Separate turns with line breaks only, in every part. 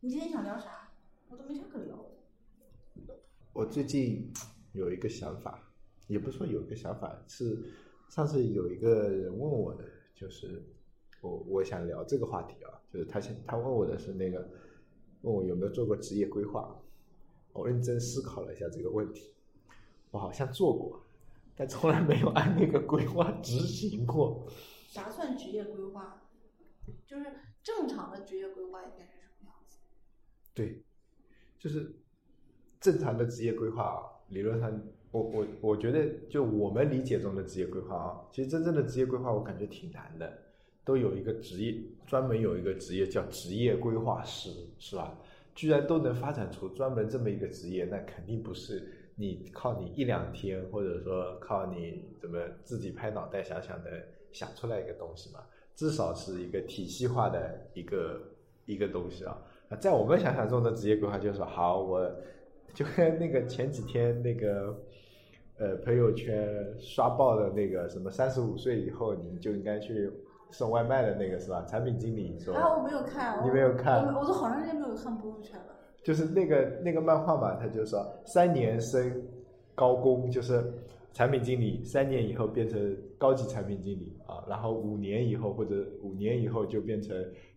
你今天想聊啥？我都没啥可聊的。
我最近有一个想法，也不是说有一个想法，是上次有一个人问我的，就是我我想聊这个话题啊，就是他想他问我的是那个问我有没有做过职业规划，我认真思考了一下这个问题，我好像做过，但从来没有按那个规划执行过。
啥算职业规划？就是正常的职业规划应该是什么样子？
对，就是正常的职业规划啊，理论上，我我我觉得就我们理解中的职业规划啊，其实真正的职业规划我感觉挺难的，都有一个职业专门有一个职业叫职业规划师，是吧？居然都能发展出专门这么一个职业，那肯定不是你靠你一两天，或者说靠你怎么自己拍脑袋想想的想出来一个东西嘛。至少是一个体系化的一个一个东西啊。啊，在我们想象中的职业规划就是说，好，我就跟那个前几天那个呃朋友圈刷爆的那个什么三十五岁以后你就应该去送外卖的那个是吧？产品经理说，
啊，我没有看，我
你没有看
我没我都好长时间没有看朋友圈了。
就是那个那个漫画嘛，他就说三年升高工，就是产品经理，三年以后变成高级产品经理啊，然后五年以后或者五年以后就变成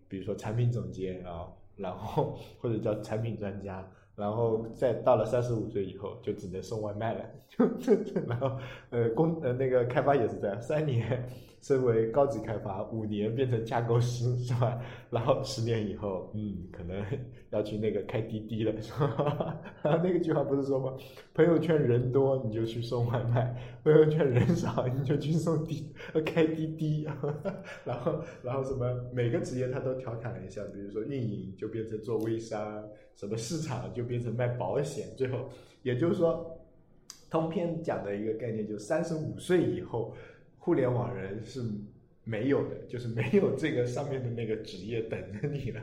比如说产品总监啊，然后或者叫产品专家，然后再到了三十五岁以后就只能送外卖了，就然后 呃工呃那个开发也是这样，三年升为高级开发，五年变成架构师是吧？然后十年以后，嗯，可能要去那个开滴滴了，是吧？然后那个句话不是说吗？朋友圈人多你就去送外卖，朋友圈人少你就去送滴呃开滴滴，然后然后什么每个职业他都调侃了一下，比如说运营就变成做微商，什么市场就变成卖保险，最后也就是说，通篇讲的一个概念就是三十五岁以后，互联网人是没有的，就是没有这个上面的那个职业等着你了。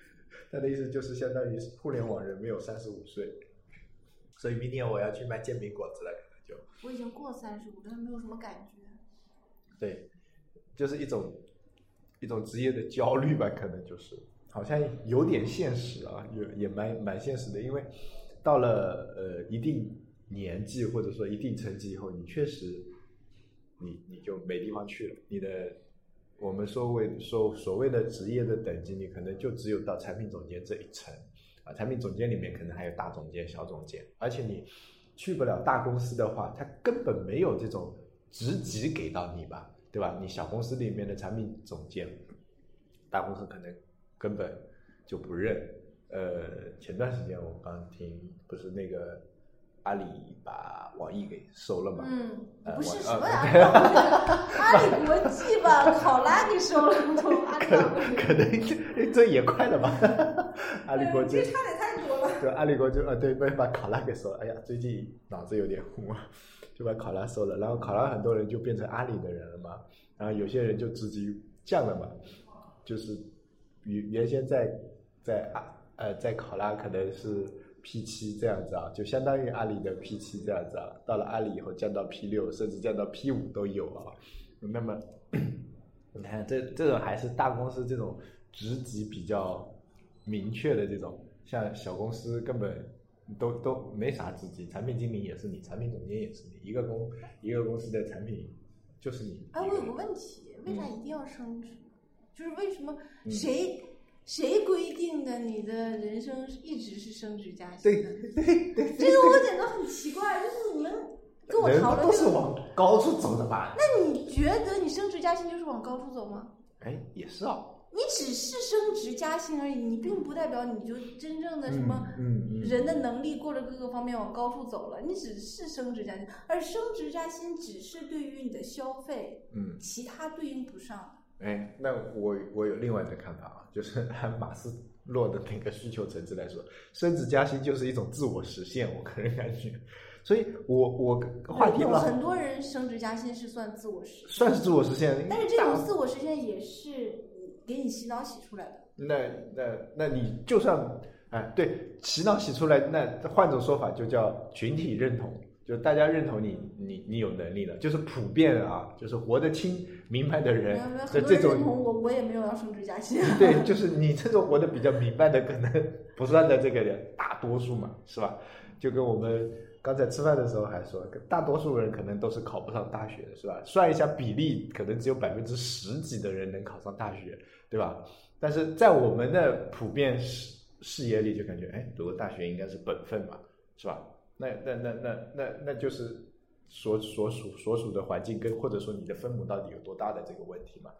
他的意思就是相当于互联网人没有三十五岁，所以明年我要去卖煎饼果子了，可能就
我已经过三十五，但是没有什么感觉。
对，就是一种一种职业的焦虑吧，可能就是好像有点现实啊，也也蛮蛮现实的，因为到了呃一定年纪或者说一定层级以后，你确实你你就没地方去了，你的。我们所谓所所谓的职业的等级，你可能就只有到产品总监这一层啊。产品总监里面可能还有大总监、小总监，而且你去不了大公司的话，它根本没有这种职级给到你吧，对吧？你小公司里面的产品总监，大公司可能根本就不认。呃，前段时间我刚听，不是那个阿里把网易给收了嘛？
嗯，
呃
不是
我
什么
呃
呀，阿里国际吧，考拉给收了，阿里
可
国
能
际，
可能这也快了吧？阿里国际
这差的太多了。
对，阿里国就啊，对，被把考拉给收了。哎呀，最近脑子有点糊，就把考拉收了。然后考拉很多人就变成阿里的人了嘛，然后有些人就直接降了嘛，就是原原先在在阿呃在考拉可能是 P 七这样子啊，就相当于阿里的 P 七这样子啊，到了阿里以后降到 P 六，甚至降到 P 五都有啊。那么你看这这种还是大公司这种职级比较明确的这种，像小公司根本都都没啥职级，产品经理也是你，产品总监也是你，一个公一个公司的产品就是你。
哎，
一
我
个
有个
人
问题，为啥一定要升职？就是为什么
嗯
谁、谁规定的你的人生一直是升职加薪
对
的？
对对，
这个我感到很奇怪，就是你们跟我
人
讨论
都
这
是
个，
往高处走的吧？
那你觉得你升职加薪就是往高处走吗？
哎，也是啊，
你只是升职加薪而已，你并不代表你就真正的什么
嗯嗯嗯
人的能力或者各个方面往高处走了，你只是升职加薪，而升职加薪只是对于你的消费，
嗯。
其他对应不上。
哎，那我我有另外的看法啊，就是 按马斯洛的那个需求层次来说，升职加薪就是一种自我实现，我个人感觉。所以我我话题
有
了，
很多人升职加薪是算自我实现，
算是自我实现。
但是这种自我实现也是给你洗脑洗出来的。
那那那你就算哎对洗脑洗出来，那换种说法就叫群体认同，就大家认同你，你你有能力了，就是普遍啊，就是活得清明白的
没
人
有没有，
的
很多
这
人认
种，
同我，我也没有要升职加薪。啊嗯
对，就是你这种活得比较明白的，可能不算在这个人大多数嘛，是吧？就跟我们刚才吃饭的时候还说，大多数人可能都是考不上大学的，是吧？算一下比例，可能只有百分之十几的人能考上大学，对吧？但是在我们的普遍视视野里，就感觉，哎，读个大学应该是本分嘛，是吧？那那那那那那就是所所属所属的环境跟或者说你的分母到底有多大的这个问题嘛。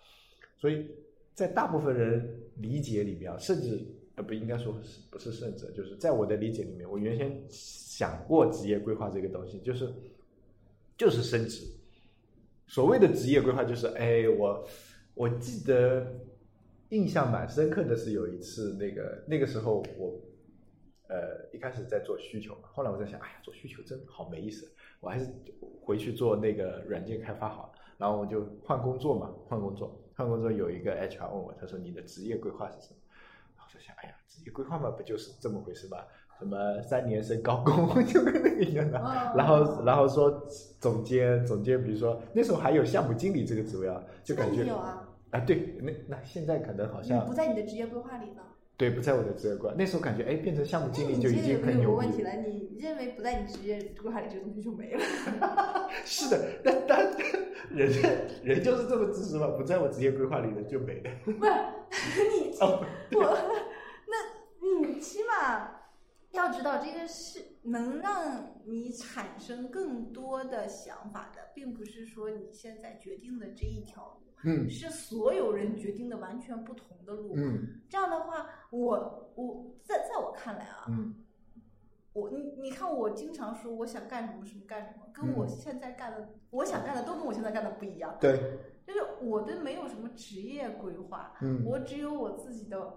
所以在大部分人理解里面啊，甚至呃不应该说是不是甚至，就是在我的理解里面，我原先想过职业规划这个东西，就是就是升职。所谓的职业规划就是，哎，我我记得印象蛮深刻的是有一次那个那个时候我呃，一开始在做需求嘛，后来我在想，哎呀，做需求真好没意思，我还是回去做那个软件开发好了。然后我就换工作嘛，换工作，换工作有一个 HR 问我，他说你的职业规划是什么？然后我在想，哎呀，职业规划嘛，不就是这么回事嘛，什么三年升高工， 就跟那个一样的。
嗯
然后，然后说总监，总监，比如说那时候还有项目经理这个职位啊，就感
现在
觉
也有啊，
啊，对，那那现在可能好
你
像
不在你的职业规划里呢。
对，不在我的职业规划。那时候感觉，哎，变成项目经理就已经
那你这
很
个有
牛
问
逼
题
了。
了，你认为不在你职业规划里这个东西就没了？
是的， 但但人人就是这么自私嘛，不在我职业规划里的就没了。
不是， 你
哦，
我那你起码要知道，这个是能让你产生更多的想法的，并不是说你现在决定的这一条路
嗯
是所有人决定的完全不同的路。
嗯
这样的话，我我在在我看来啊，
嗯
我你你看，我经常说我想干什么什么干什么，跟我
嗯
现在干的、我想干的都跟我现在干的不一样。
对，
就是我对没有什么职业规划，
嗯。
我只有我自己的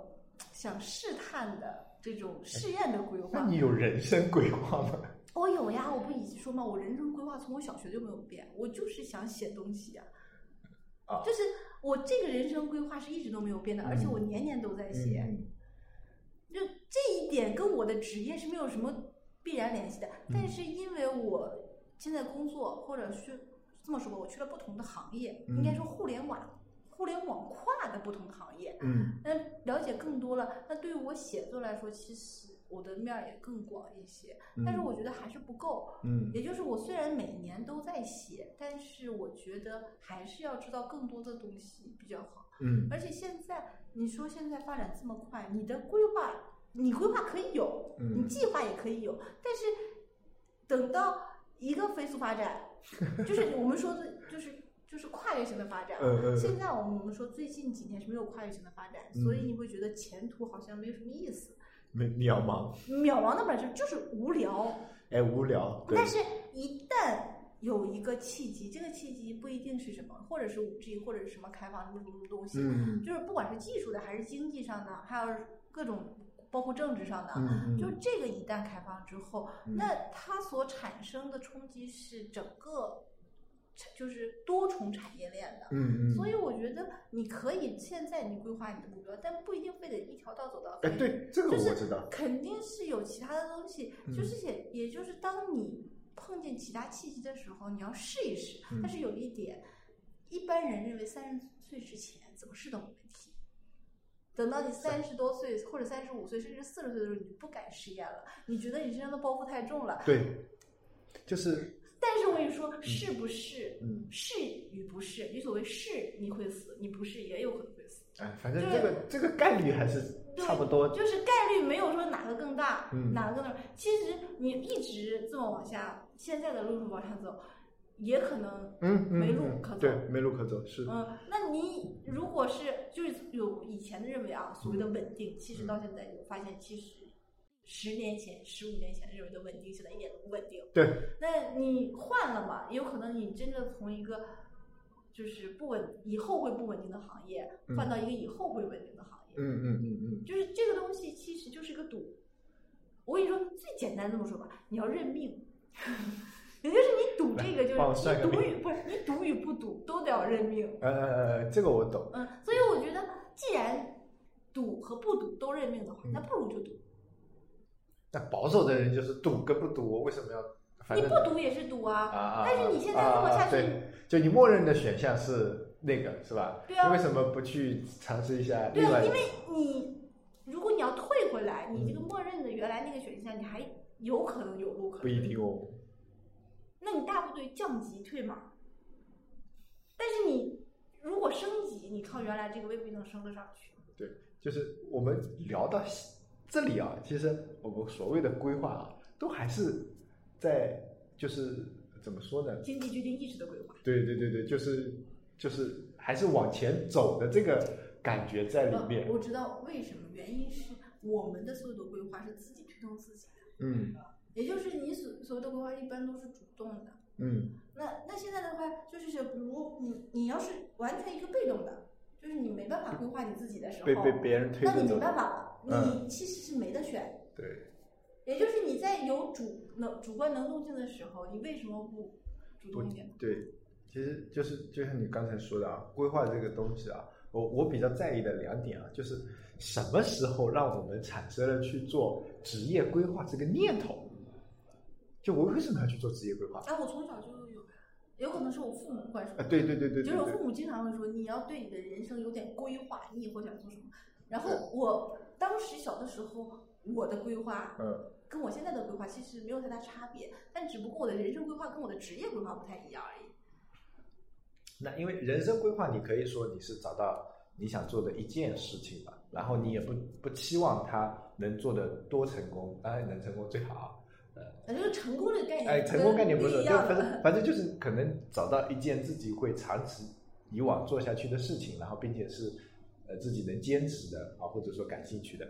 想试探的这种试验的规
那
划。
你有人生规划吗？
我有呀，我不已经说嘛，我人生规划从我小学就没有变，我就是想写东西呀、
啊
就是我这个人生规划是一直都没有变的，而且我年年都在写。
嗯
就这一点跟我的职业是没有什么必然联系的，
嗯
但是因为我现在工作，或者是这么说吧，我去了不同的行业，
嗯
应该说互联网、互联网跨的不同行业，
嗯
那了解更多了。那对于我写作来说，其实我的面儿也更广一些，
嗯
但是我觉得还是不够。
嗯
也就是我虽然每年都在写，但是我觉得还是要知道更多的东西比较好。
嗯
而且现在你说现在发展这么快，你的规划，你规划可以有，你
嗯，
计划也可以有，但是等到一个飞速发展， 就是我们说的，就是就是跨越性的发展。
呃
现在我们我们说最近几年是没有跨越性的发展，
嗯
所以你会觉得前途好像没有什么意思，
没渺茫，
渺茫的本身就是无聊。
哎，无聊，对
但，是，一旦有一个契机，这个契机不一定是什么，或者是五 G，或者是什么开放什么什么东西，
嗯
就是不管是技术的还是经济上的，还有各种包括政治上的，
嗯
就这个一旦开放之后，
嗯
那它所产生的冲击是整个就是多重产业链的。
嗯嗯，
所以我觉得你可以现在你规划你的目标，但不一定非得一条道走到黑。
哎，对，这个
就是
我知道，
肯定是有其他的东西，
嗯
就是也也就是当你碰见其他契机的时候，你要试一试。
嗯
但是有一点，一般人认为三十岁之前怎么试都没问题，等到你三十多岁或者三十五岁甚至四十岁的时候，你就不敢试验了，你觉得你身上的包袱太重了。
对，就是，
但是我跟你说，试不试，
嗯，
试与不试，你所谓试你会死，你不试也有可能会死，
哎，反正这个这个概率还是
对
差不多，
就是概率没有说哪个更大。
嗯
哪个呢？其实你一直这么往下，现在的路往下走，也可能，
嗯嗯，
没路
嗯
可走
对，没路可走是，
嗯，那你如果是就是有以前的认为啊，所谓的
嗯
稳定，其实到现在你会发现，其实十年前、十五年前认为的稳定，现在一点都不稳定。
对，
那你换了嘛？有可能你真的从一个就是不稳，以后会不稳定的行业，
嗯
换到一个以后会稳定的行业。
嗯嗯嗯嗯，
就是这个东西其实就是个赌。我跟你说，最简单这么说吧，你要认命， 也就是你赌这个，
帮我
就是
算个
你赌
命
与不是你赌与不赌都得要认命。
呃呃呃，这个我懂，
嗯，所以我觉得，既然赌和不赌都认
嗯
命的话，那不如就赌。
那保守的人就是赌跟不赌，我为什么要？反
你
正
不读也是读啊。
啊啊！
但是你现在这么下去
啊啊啊对，就你默认的选项是那个是吧？
对啊
你为什么不去尝试一下
对
另
啊
外，一
因
个？
为你如果你要退回来，你这个默认的原来那个选项，你还有可能有路可
嗯不
退。
一定哦。
那你大部队降级退嘛？但是你如果升级，你靠原来这个未必能升得上去。
就是我们聊到这里啊，其实我们所谓的规划啊，都还是在就是怎么说呢？
经济决定意识的规划，
对对对对，就是就是还是往前走的这个感觉在里面
呃。我知道为什么，原因是我们的所有的规划是自己推动自己的，
嗯
也就是你所所有的规划一般都是主动的。
嗯
那那现在的话，就是比如你你要是完全一个被动的，就是你没办法规划你自己的时候，
被被别人推
那
着
你
走
没。办法了，
嗯
你其实是没得选。
对，
也就是你在有主能主观能动性的时候，你为什么不主
不
动一点？
对，其实就是就像你刚才说的啊，规划这个东西啊，我我比较在意的两点啊，就是什么时候让我们产生了去做职业规划这个念头？就我为什么要去做职业规划？
哎，我从小就有，有可能是我父母灌输
啊，
的，
对对对对
就是
对
我
对，
父母经常会说，你要对你的人生有点规划，你以后想做什么。然后我当时小的时候，我的规划
嗯，
跟我现在的规划其实没有太大差别，但只不过我的人生规划跟我的职业规划不太一样而已。
那因为人生规划，你可以说你是找到你想做的一件事情吧，然后你也不不期望它能做的多成功，当然能成功最好啊。
反正呃成功这个概念，
哎，成功概念不
不
是，
一
就
样
反
的。
正反正就是可能找到一件自己会长期以往做下去的事情，然后并且是呃自己能坚持的啊，或者说感兴趣的。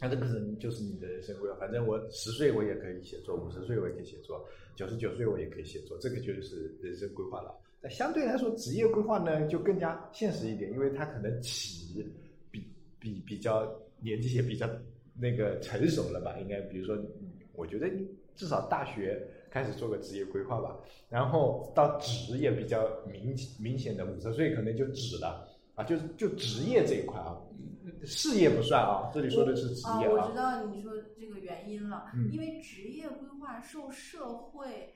那这个可能就是你的人生规划。反正我十岁我也可以写作，五十岁我也可以写作，九十九岁我也可以写作，这个就是人生规划了。那相对来说，职业规划呢就更加现实一点，因为它可能起比比比较年纪也比较那个成熟了吧，应该比如说，嗯我觉得你至少大学开始做个职业规划吧，然后到职也比较明明显的，五十岁可能就止了啊，就是就职业这一块啊，事业不算啊，这里说的是职
啊，
业
我
啊
知，道你说这个原因了，
嗯
因为职业规划受社会，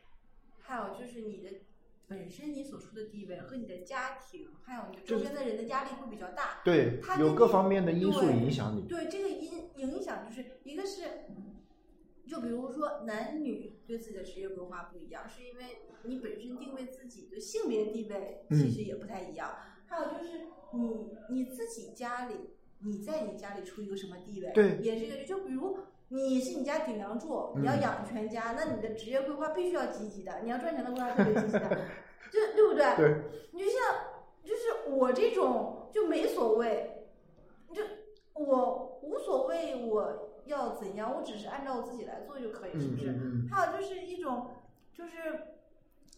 还有就是你的本身你所处的地位和你的家庭，还有你周边的人的压力会比较大。
对
他，
有
跟
各
你
方面的因素
对
影响你，
对这个影影响，就是一个是，就比如说男女对自己的职业规划不一样，是因为你本身定位自己的性别地位
嗯
其实也不太一样。还有就是你你自己家里，你在你家里处于一个什么地位，
对
也是一个就比如。你是你家顶梁柱，你要
嗯
养全家，那你的职业规划必须要积极的，你要赚钱的规划必须积极 的，就对不对？
对，
你就像就是我这种就没所谓，就我无所谓我要怎样，我只是按照我自己来做就可以，是不
嗯
是？
嗯
还有就是一种就是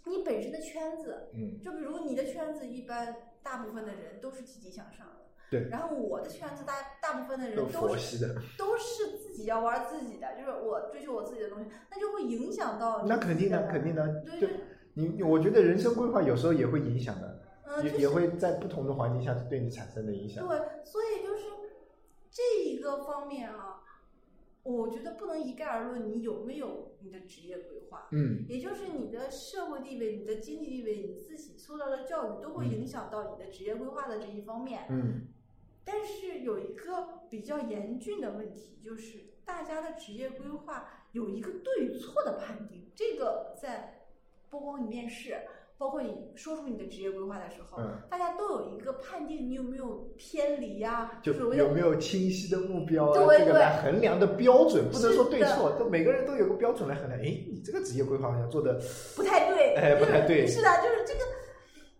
你本身的圈子，
嗯
就比如你的圈子一般大部分的人都是积极向上的。
对
然后我的圈子大大部分的
嗯，
人
都
都
佛
是
系的，
都是自己要玩自己的，就是我追求我自己的东西，那就会影响到
那肯定的，肯定的，
对
就
对，
你我觉得人生规划有时候也会影响的，
嗯，
也
就是
也会在不同的环境下对你产生的影响。
对，所以就是这一个方面啊，我觉得不能一概而论你有没有你的职业规划，
嗯，
也就是你的社会地位、你的经济地位、你自己受到的教育都会影响到你的职业规划的这一方面。
嗯，
但是有一个比较严峻的问题，就是大家的职业规划有一个对与错的判定，这个在包括你面试。包括你说出你的职业规划的时候，
嗯
大家都有一个判定，你有没有偏离呀、
就
就是我
有没有清晰的目标啊？
对
这个
对
来衡量的标准，不能说
是
对
的
错，都每个人都有个标准来衡量。诶，你这个职业规划好像做的，
不太对，
哎不太对
就是是的，就是这个，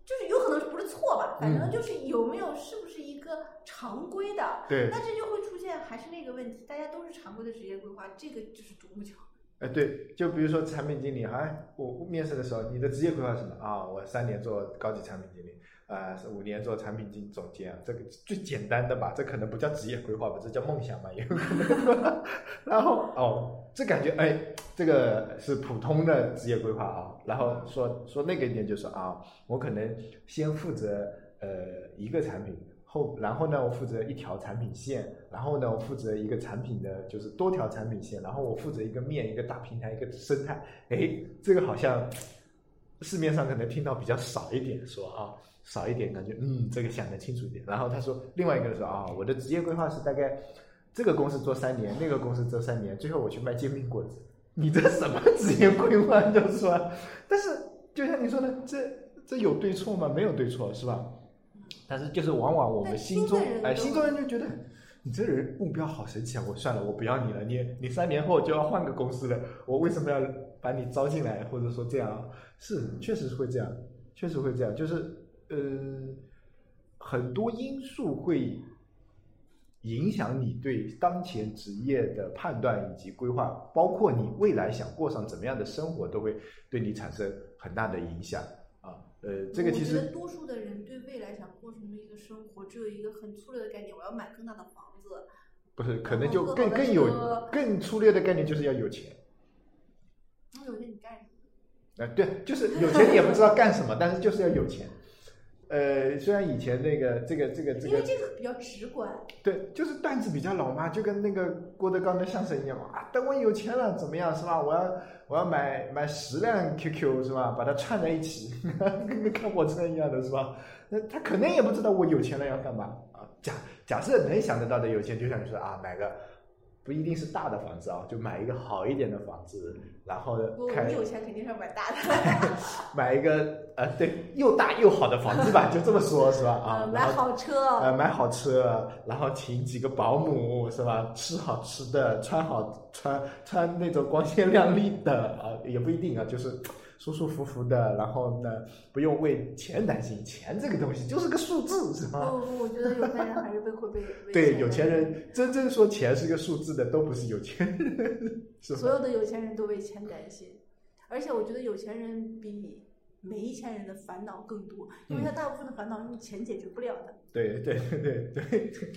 就是有可能是不是错吧？反正
嗯
就是有没有是不是一个常规的？
对，
那这就会出现还是那个问题，大家都是常规的职业规划，这个就是独木桥。
哎对，就比如说产品经理，哎，我面试的时候，你的职业规划是什么啊？我三年做高级产品经理，啊、是五年做产品经总监，啊这个最简单的吧，这可能不叫职业规划吧，这叫梦想吧，也有可能。 然后哦，这感觉哎，这个是普通的职业规划啊。然后说说那个一点就是啊，我可能先负责呃一个产品，后然后呢，我负责一条产品线，然后呢，我负责一个产品的就是多条产品线，然后我负责一个面、一个大平台、一个生态。哎，这个好像市面上可能听到比较少一点，说啊少一点，感觉嗯这个想得清楚一点。然后他说另外一个人说啊，我的职业规划是大概这个公司做三年，那个公司做三年，最后我去卖煎饼果子。你这什么职业规划？就说，但是就像你说的，这这有对错吗？没有对错，是吧？但是就是往往我们心中
但新的人
哎，
都
心中人就觉得你这人目标好神奇啊！我算了，我不要你了，你你三年后就要换个公司了，我为什么要把你招进来？或者说这样啊是确实会这样，确实会这样，就是呃，很多因素会影响你对当前职业的判断以及规划，包括你未来想过上怎么样的生活，都会对你产生很大的影响啊。呃，这个其
我觉
实
得多数的人对未来想过什么一个生活，只有一个很粗略的概念：我要买更大的房子，
不是，可能
然后
就
更
更
好的
更有
车
更粗略的概念，就是要有钱。
那有一天你干什么？
啊，对，就是有钱你也不知道干什么，但是就是要有钱。呃，虽然以前那个这个这个这
因为
个，
这个比较直观，
对，就是段子比较老嘛，就跟那个郭德纲的相声一样嘛啊，等我有钱了怎么样是吧？我要我要买买十辆 QQ 是吧？把它串在一起， 跟个看火车一样的是吧？那他可能也不知道我有钱了要干嘛啊。假假设能想得到的有钱，就像你说啊，买个不一定是大的房子啊，就买一个好一点的房子，然后呢
我
开
们有钱肯定是要买大的，
买一个呃，对，又大又好的房子吧，就这么说，是吧？
呃，
啊，然
买
后
好车，
呃，买好车，然后请几个保姆，是吧？吃好吃的，穿好穿穿那种光鲜亮丽的 啊，也不一定啊，就是舒舒服服的，然后呢，不用为钱担心，钱这个东西就是个数字，是吧？
哦不不，我觉得有钱人还是被会 被被
啊对，
钱
有钱人真正说钱是个数字的，都不是有钱人，是吧？
所有的有钱人都为钱担心，而且我觉得有钱人比没钱人的烦恼更多，因
嗯
为他大部分的烦恼用钱解决不了的。
对对对对对，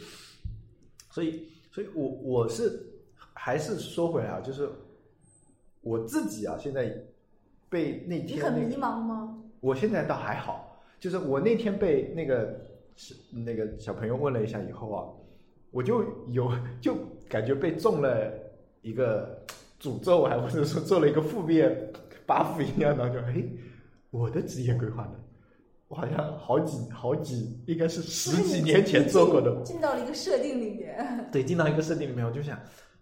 所以所以我我是还是说回来啊，就是我自己啊，现在被那
你
天
很
那
迷
个，
茫吗？
我现在倒还好，就是我那天被那个是那个小朋友问了一下以后啊，我就有就感觉被中了一个诅咒啊，或者说做了一个负面 buff 一样的，就哎，我的职业规划呢？我好像好几好几，应该是十几年前做过的，
进到了一个设定里面，
对，进到一个设定里面，我就想，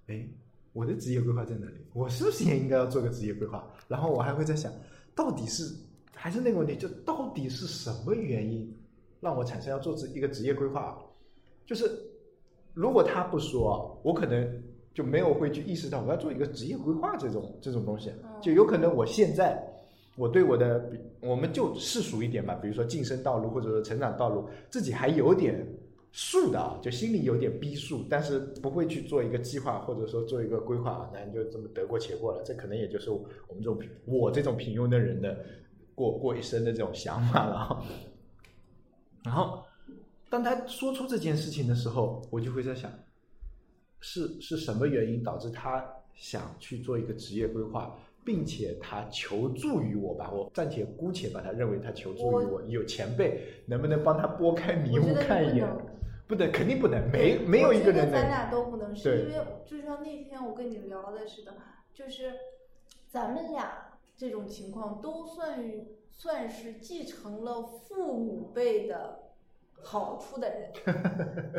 哎，我的职业规划在哪里？我是不是也应该要做个职业规划？然后我还会在想，到底是还是那个问题，就到底是什么原因让我产生要做职一个职业规划啊？就是如果他不说，我可能就没有会去意识到我要做一个职业规划这种这种东西，就有可能我现在。我对我的，比我们就世俗一点吧，比如说晋升道路或者说成长道路，自己还有点数的啊，就心里有点逼数，但是不会去做一个计划或者说做一个规划啊，那你就这么得过且过了。这可能也就是我们这种平我这种平庸的人的过过一生的这种想法了 啊。然后，当他说出这件事情的时候，我就会在想，是是什么原因导致他想去做一个职业规划，并且他求助于我吧，我暂且姑且把他认为他求助于我，有前辈能不能帮他拨开迷
我觉
雾
得
看一
你不
眼
能？
不能，肯定不能，没没有一个
我觉
人
得咱
能。
俩都不能，是
对
因为就像那天我跟你聊的似的，就是咱们俩这种情况都算于算是继承了父母辈的好处的 人。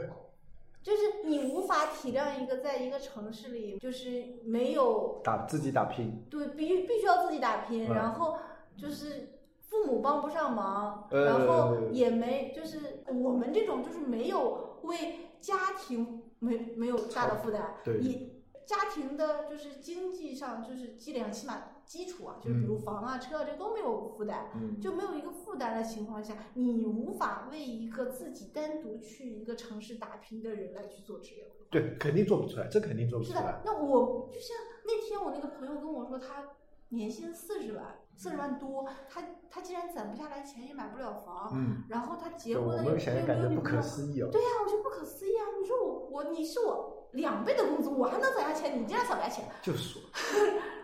就是你无法体谅一个在一个城市里，就是没有
打自己打拼，
对必必须要自己打拼，
嗯
然后就是父母帮不上忙，
呃
然后也没就是我们这种就是没有为家庭没没有大的负担，
对
也家庭的就是经济上就是基本上起码基础啊，就是比如房啊、车啊这都没有负担，
嗯，
就没有一个负担的情况下，你无法为一个自己单独去一个城市打拼的人来去做职业规划。
对，肯定做不出来，这肯定做不
是
出来
的。，那我就像那天我那个朋友跟我说，他年薪四十万，四十万多，他他竟然攒不下来钱，也买不了房，
嗯，
然后他结
就
婚
我
了，
们想想
也
感
没有
觉
女
不
朋
可
友。
思议哦。
对呀、我就不可思议啊！你说我我你是我两倍的工资，我还能攒下钱，你竟然攒不下钱，
就说，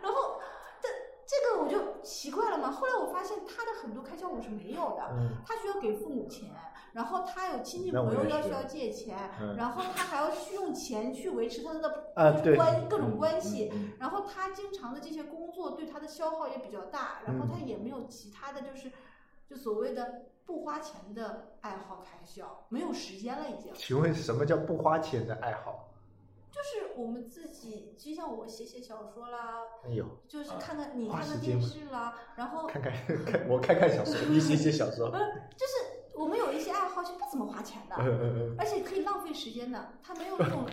然后这这个我就奇怪了嘛。后来我发现他的很多开销我是没有的，
嗯
他需要给父母钱，然后他有亲戚
那我
朋友
也
要
是
需要借钱，
嗯
然后他还要去用钱去维持他的
啊
就是
对
关各种
嗯
关系，
嗯
然后他经常的这些工作对他的消耗也比较大，然后他也没有其他的就是，就所谓的不花钱的爱好开销，没有时间了已经。
请问什么叫不花钱的爱好？
就是我们自己，就像我写写小说啦，
哎呦，
就是
啊
看看你
花
看看
时间
电
嘛
视啦，然后
看看看，我看看小说， 你写写小说。
就是我们有一些爱好是不怎么花钱的，
嗯嗯嗯。
而且可以浪费时间的。他没有那种，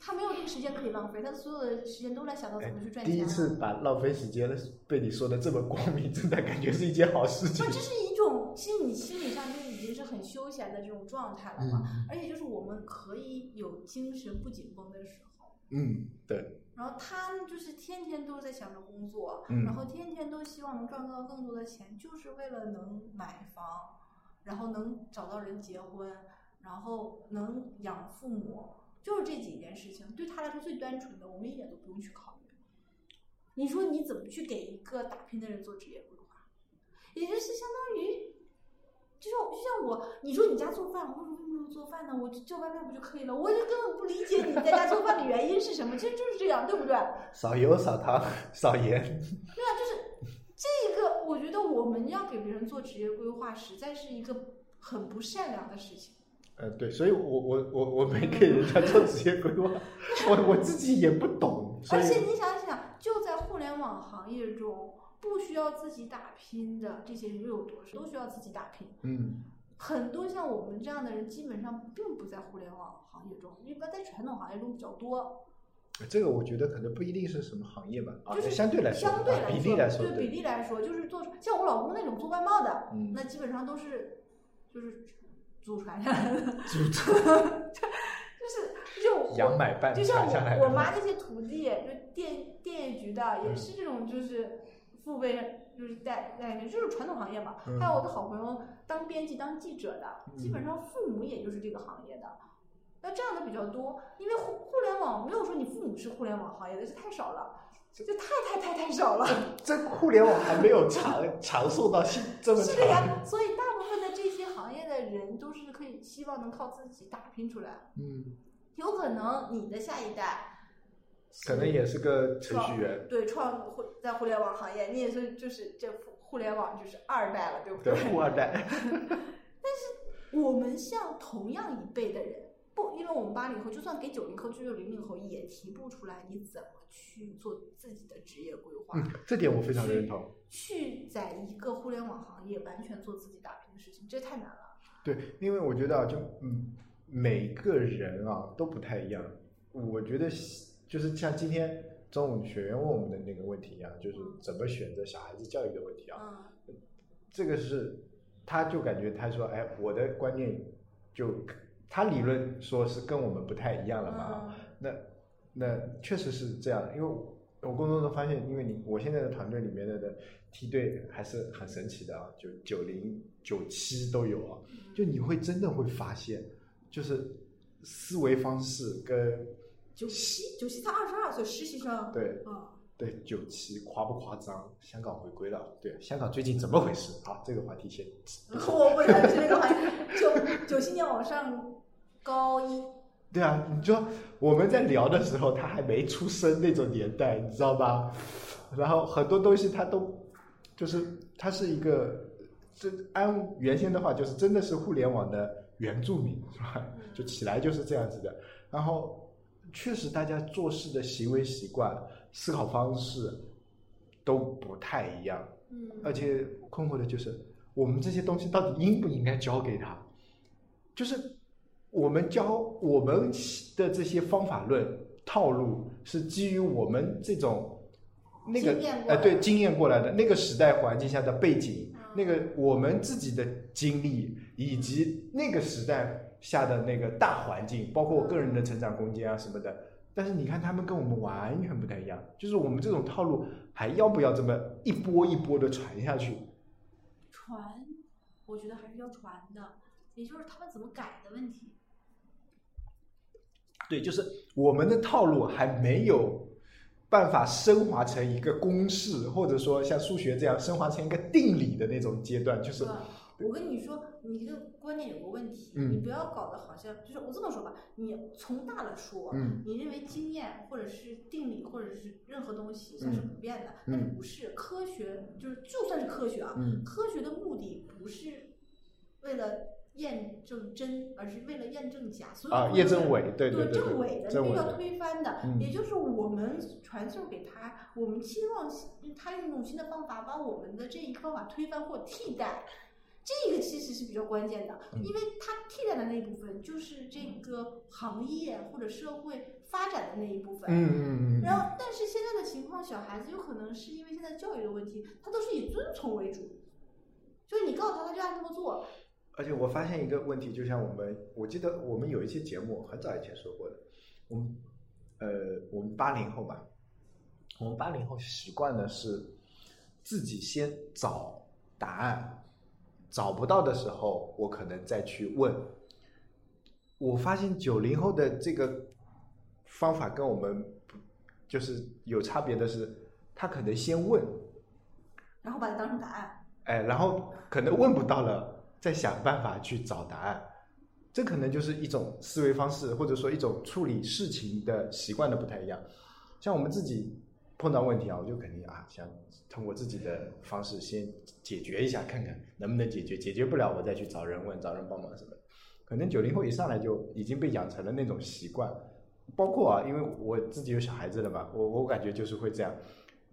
他没有这个时间可以浪费，他所有的时间都在想到怎么去赚钱。啊
哎第一次把浪费时间被你说的这么光明正大，感觉是一件好事情
不，。这是一种，其实你心理上就已经是很休闲的这种状态了嘛。
嗯
而且就是我们可以有精神不紧绷的时候，
嗯，对，
然后他就是天天都在想着工作，
嗯
然后天天都希望能赚到更多的钱，就是为了能买房，然后能找到人结婚，然后能养父母，就是这几件事情对他来说最单纯的，我们一点都不用去考虑。你说你怎么去给一个打拼的人做职业规划？也就是相当于，就像就像我，你说你家做饭，我为什么不能做饭呢？我就叫外卖不就可以了？我就根本不理解你在家做饭的原因是什么，其实就是这样，对不对？
少油、少糖、 少盐。
对啊，就是这个，我觉得我们要给别人做职业规划，实在是一个很不善良的事情。
呃，对，所以我我我我没给人家做职业规划，我我自己也不懂，所
嗯而
以
且你想想，就在互联网行业中，不需要自己打拼的这些人又有多少？都需要自己打拼。
嗯，
很多像我们这样的人，基本上并不在互联网行业中，应该在传统行业中比较多，
这个我觉得可能不一定是什么行业吧，啊，
就是
相对来说，
相对
啊
来
比
说，
例来说，
对比例来说，就是做像我老公那种做外贸的，
嗯，
那基本上都是就是祖传下来的，
就
就是就我
羊买办
就像
传下来
我我
的嘛，
妈那些徒弟，就电电业局的，也是这种就是父辈就是带带人，就是传统行业嘛。
嗯
还有我的好朋友当编辑、当记者的，基本
嗯
上父母也就是这个行业的。那这样的比较多，因为互互联网没有说你父母是互联网行业的，这太少了，这太太太太少了。
这互联网还没有长长寿到现这么
是的
长，
呀，所以大部分的这些行业的人都是可以希望能靠自己打拼出来。
嗯，
有可能你的下一代
可能也是个程序员，
对创互在互联网行业，你也是就是这互互联网就是二代了，对不
对，富二代。
我们像同样一辈的人，不，因为我们八零后，就算给九零后、就零零后，也提不出来你怎么去做自己的职业规划，
嗯，这点我非常认同。
去在一个互联网行业完全做自己打拼的事情，这太难了。
对，因为我觉得啊，就嗯，每个人啊都不太一样。我觉得是就是像今天中午学员问我们的那个问题一样，就是怎么选择小孩子教育的问题啊，
嗯，
这个是他就感觉他说，哎，我的观念就他理论说是跟我们不太一样了嘛啊。
嗯
那那确实是这样，因为我我工作中发现，因为你我现在的团队里面的的梯队还是很神奇的啊，就九零九七都有啊，
嗯
就你会真的会发现，就是思维方式跟
九七九七才二十二岁，实习生。
对
嗯，
对九七夸不夸张？香港回归了，对香港最近怎么回事啊？这个话题先
我不太是这个行业。九九七年往上高一，
对啊，你说我们在聊的时候，他还没出生那种年代，你知道吧？然后很多东西他都就是他是一个，这按原先的话就是真的是互联网的原住民是吧？就起来就是这样子的。然后确实大家做事的行为习惯、思考方式都不太一样，
嗯，
而且困惑的就是，我们这些东西到底应不应该教给他？就是我们教我们的这些方法论套路，是基于我们这种那个
经验过来
呃对经验过来的那个时代环境下的背景，
嗯
那个我们自己的经历以及那个时代下的那个大环境，包括我个人的成长空间啊什么的。但是你看，他们跟我们完全不太一样，就是我们这种套路还要不要这么一波一波的传下去？
传，我觉得还是要传的，也就是他们怎么改的问题。
对，就是我们的套路还没有办法升华成一个公式，或者说像数学这样升华成一个定理的那种阶段，就是
对
对
我跟你说，你这个观念有个问题，
嗯
你不要搞得好像就是我这么说吧，你从大了说，
嗯
你认为经验或者是定理或者是任何东西它
嗯
是不变的，
嗯
但是不是科学，就是就算是科学啊，
嗯
科学的目的不是为了验证真，而是为了验证假，所有
啊，
科
验
学
证伪，对
对
对对
正
对
伪，的，
证
必
伪
须要
的，
推翻的，
嗯
也就是我们传授给他，我们期望嗯他用一种新的方法把我们的这一个方法推翻或替代，这个其实是比较关键的，
嗯
因为他替代的那一部分就是这个行业或者社会发展的那一部分。
嗯嗯嗯
然
嗯，
后，但是现在的情况，小孩子有可能是因为现在教育的问题，他都是以遵从为主，就是你告诉他，他就按这么做。
而且我发现一个问题，就像我们，我记得我们有一期节目很早以前说过的，我们呃，我们八零后吧，我们八零后习惯的是自己先找答案，找不到的时候，我可能再去问。我发现九零后的这个方法跟我们不就是有差别的是，他可能先问，
然后把它当成答案，
哎，然后可能问不到了，再想办法去找答案。这可能就是一种思维方式，或者说一种处理事情的习惯的不太一样。像我们自己碰到问题啊，我就肯定啊，想通过自己的方式先解决一下，看看能不能解决。解决不了，我再去找人问，找人帮忙什么的。可能九零后一上来就已经被养成了那种习惯，包括啊，因为我自己有小孩子了嘛，我我感觉就是会这样。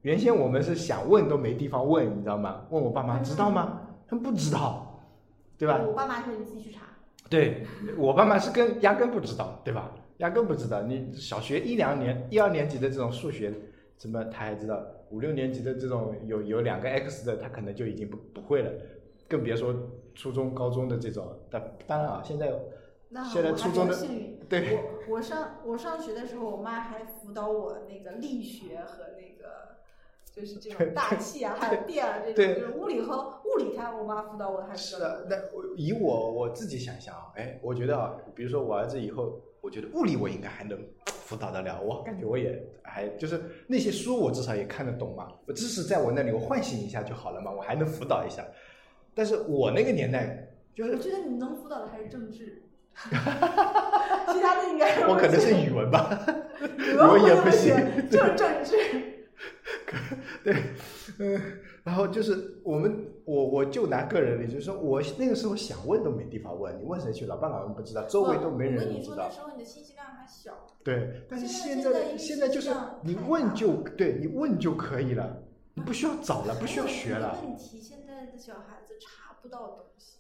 原先我们是想问都没地方问，你知道吗？问我爸妈知道吗？他们不知道，对吧？
我爸妈说你自己去查。
对我爸妈是跟压根不知道，对吧？压根不知道，你小学一两年、一二年级的这种数学，怎么他还知道？五六年级的这种有有两个 x 的，他可能就已经不不会了，更别说初中、高中的这种。但当然啊，现在
那
现在
我还
初
比
中
较
的
幸运，
对
我我上我上学的时候，我妈还辅导我那个力学和那个就是这种大气啊，还有电啊这种，
对
就是物理和物理，她我妈辅导我还
是
辅导我。
的，那我以我我自己想象啊，哎，我觉得啊，比如说我儿子以后，我觉得物理我应该还能辅导得了，我感觉我也还就是那些书我至少也看得懂嘛，我知识在我那里，我唤醒一下就好了嘛，我还能辅导一下。但是我那个年代，就
我
是
觉得你能辅导的还是政 治，其他的应该
我可能是语文吧，
语
我
文
也
我
不行
就是政 治。
对，嗯，然后就是我们，我我就拿个人例子说，我那个时候想问都没地方问，你问谁去？老爸老妈不知道，周围都没人
我跟
能
你
知
说，
道
那。时候你的信息量还小，
对，但是
现在现
在
在因为
现在就是
信息量
你
太
问
大
就对你问就可以了，你不需要找了，不需要学
还有一
了。
个问题，现在的小孩子查不到东西，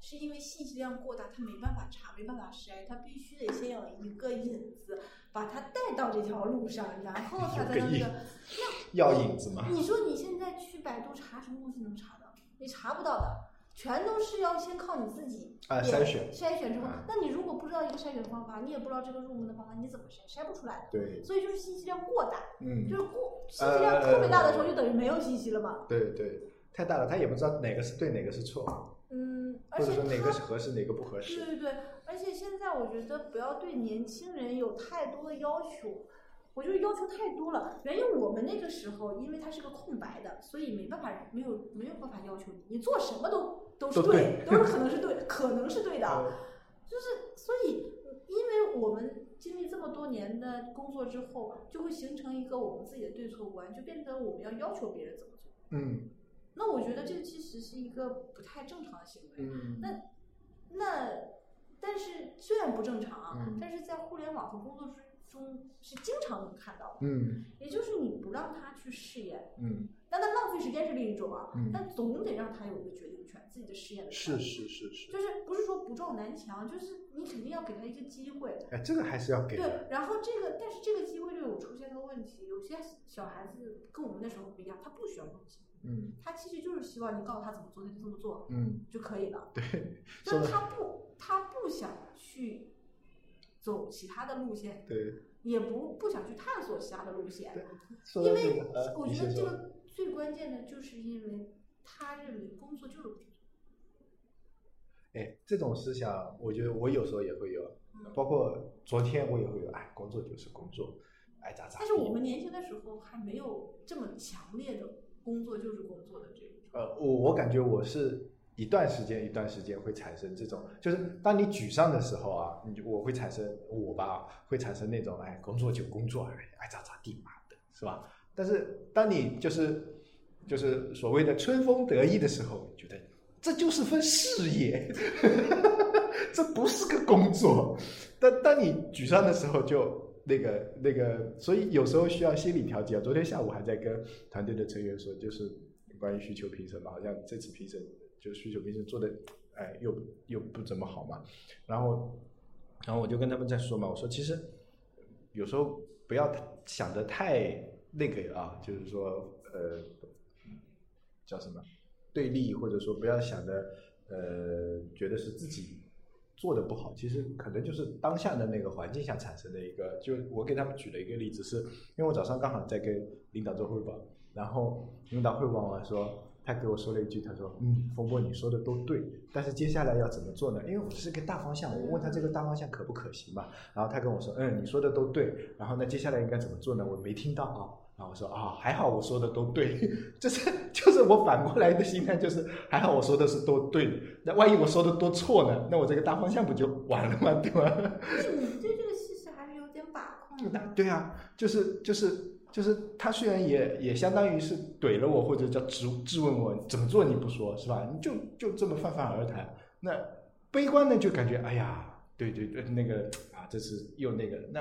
是因为信息量过大，他没办法查，没办法筛，他必须得先有一个引子，把他带到这条路上，然后他才能
有个引
那个。
子要引子嘛，
你说你现在去百度查什么东西能查到？你查不到的，全都是要先靠你自己
啊
点
筛选
筛选之后
啊，
那你如果不知道一个筛选方法，你也不知道这个入门的方法，你怎么筛？筛不出来的。
对，
所以就是信息量过大，
嗯
就，是过信息
呃
量特别大的时候，就等于没有信息了嘛。
对对，太大了，他也不知道哪个是对，哪个是错，
嗯，而
或者
且
说哪
他
个是合适，哪个不合
对
适。
对对，而且现在我觉得不要对年轻人有太多的要求，我觉得要求太多了。源于我们那个时候，因为它是个空白的，所以没办法，没有没有办法要求你，你做什么都都是
都
对，都是可能是对，可能是对的啊。
呃
就是所以，因为我们经历这么多年的工作之后，就会形成一个我们自己的对错观，就变成我们要要求别人怎么做。
嗯
那我觉得这其实是一个不太正常的行为。
嗯
那那，但是虽然不正常啊，
嗯
但是在互联网和工作之中是经常能看到的。
嗯
也就是你不让他去试验，
嗯
但他浪费时间是另一种啊，
嗯
但总得让他有一个决定权，自己的试验的权
是。是是是，
就是不是说不撞南墙，就是你肯定要给他一个机会，
哎，这个还是要给的。
对。然后这个，但是这个机会就有出现个问题，有些小孩子跟我们那时候不一样，他不需要东西，
嗯
他其实就是希望你告诉他怎么做，他就这么做
嗯，
就可以了。
对，说
就
的
是他不，他不想去走其他的路线，
对，
也不不想去探索其他的路线，
说
因
的
为
这个，呃
我
你
觉
先
得这
说
个最关键的就是因为他认为工作就是工作，
哎，这种思想，我觉得我有时候也会有
嗯，
包括昨天我也会有，哎，工作就是工作，爱咋咋
但
地。
是我们年轻的时候还没有这么强烈的工作就是工作的这种，
呃，我我感觉我是一段时间一段时间会产生这种，就是当你沮丧的时候啊，你就我会产生我吧，会产生那种哎，工作就工作，哎，爱咋咋地嘛的，是吧？但是当你就是就是所谓的春风得意的时候，觉得这就是份事业， 这不是个工作。但当你沮丧的时候就，那个那个，所以有时候需要心理调节。啊昨天下午还在跟团队的成员说，就是关于需求评审嘛，好像这次评审就是需求评审做的，哎，又又不怎么好嘛。然后，然后我就跟他们在说嘛，我说其实有时候不要想的太那个啊，就是说呃，叫什么对立，或者说不要想的呃，觉得是自己做的不好，其实可能就是当下的那个环境下产生的一个。就我给他们举了一个例子是，因为我早上刚好在跟领导做汇报，然后领导汇报完说，他给我说了一句，他说：“嗯，风波你说的都对，但是接下来要怎么做呢？因为我是个大方向，我问他这个大方向可不可行嘛，然后他跟我说：嗯，你说的都对，然后那接下来应该怎么做呢？我没听到啊。”然后我说啊、还好我说的都对，就是 就是我反过来的心态就是，还好我说的是都对，那万一我说的都错呢？那我这个大方向不就完了吗？对吧？
是你对这个事实还是有点把
嗯
控
那
的。
对啊，就是就是就是他虽然也也相当于是怼了我，或者叫质质问我怎么做你不说是吧？你就就这么泛泛而谈，那悲观呢就感觉哎呀，对对对，那个啊，这是又那个，那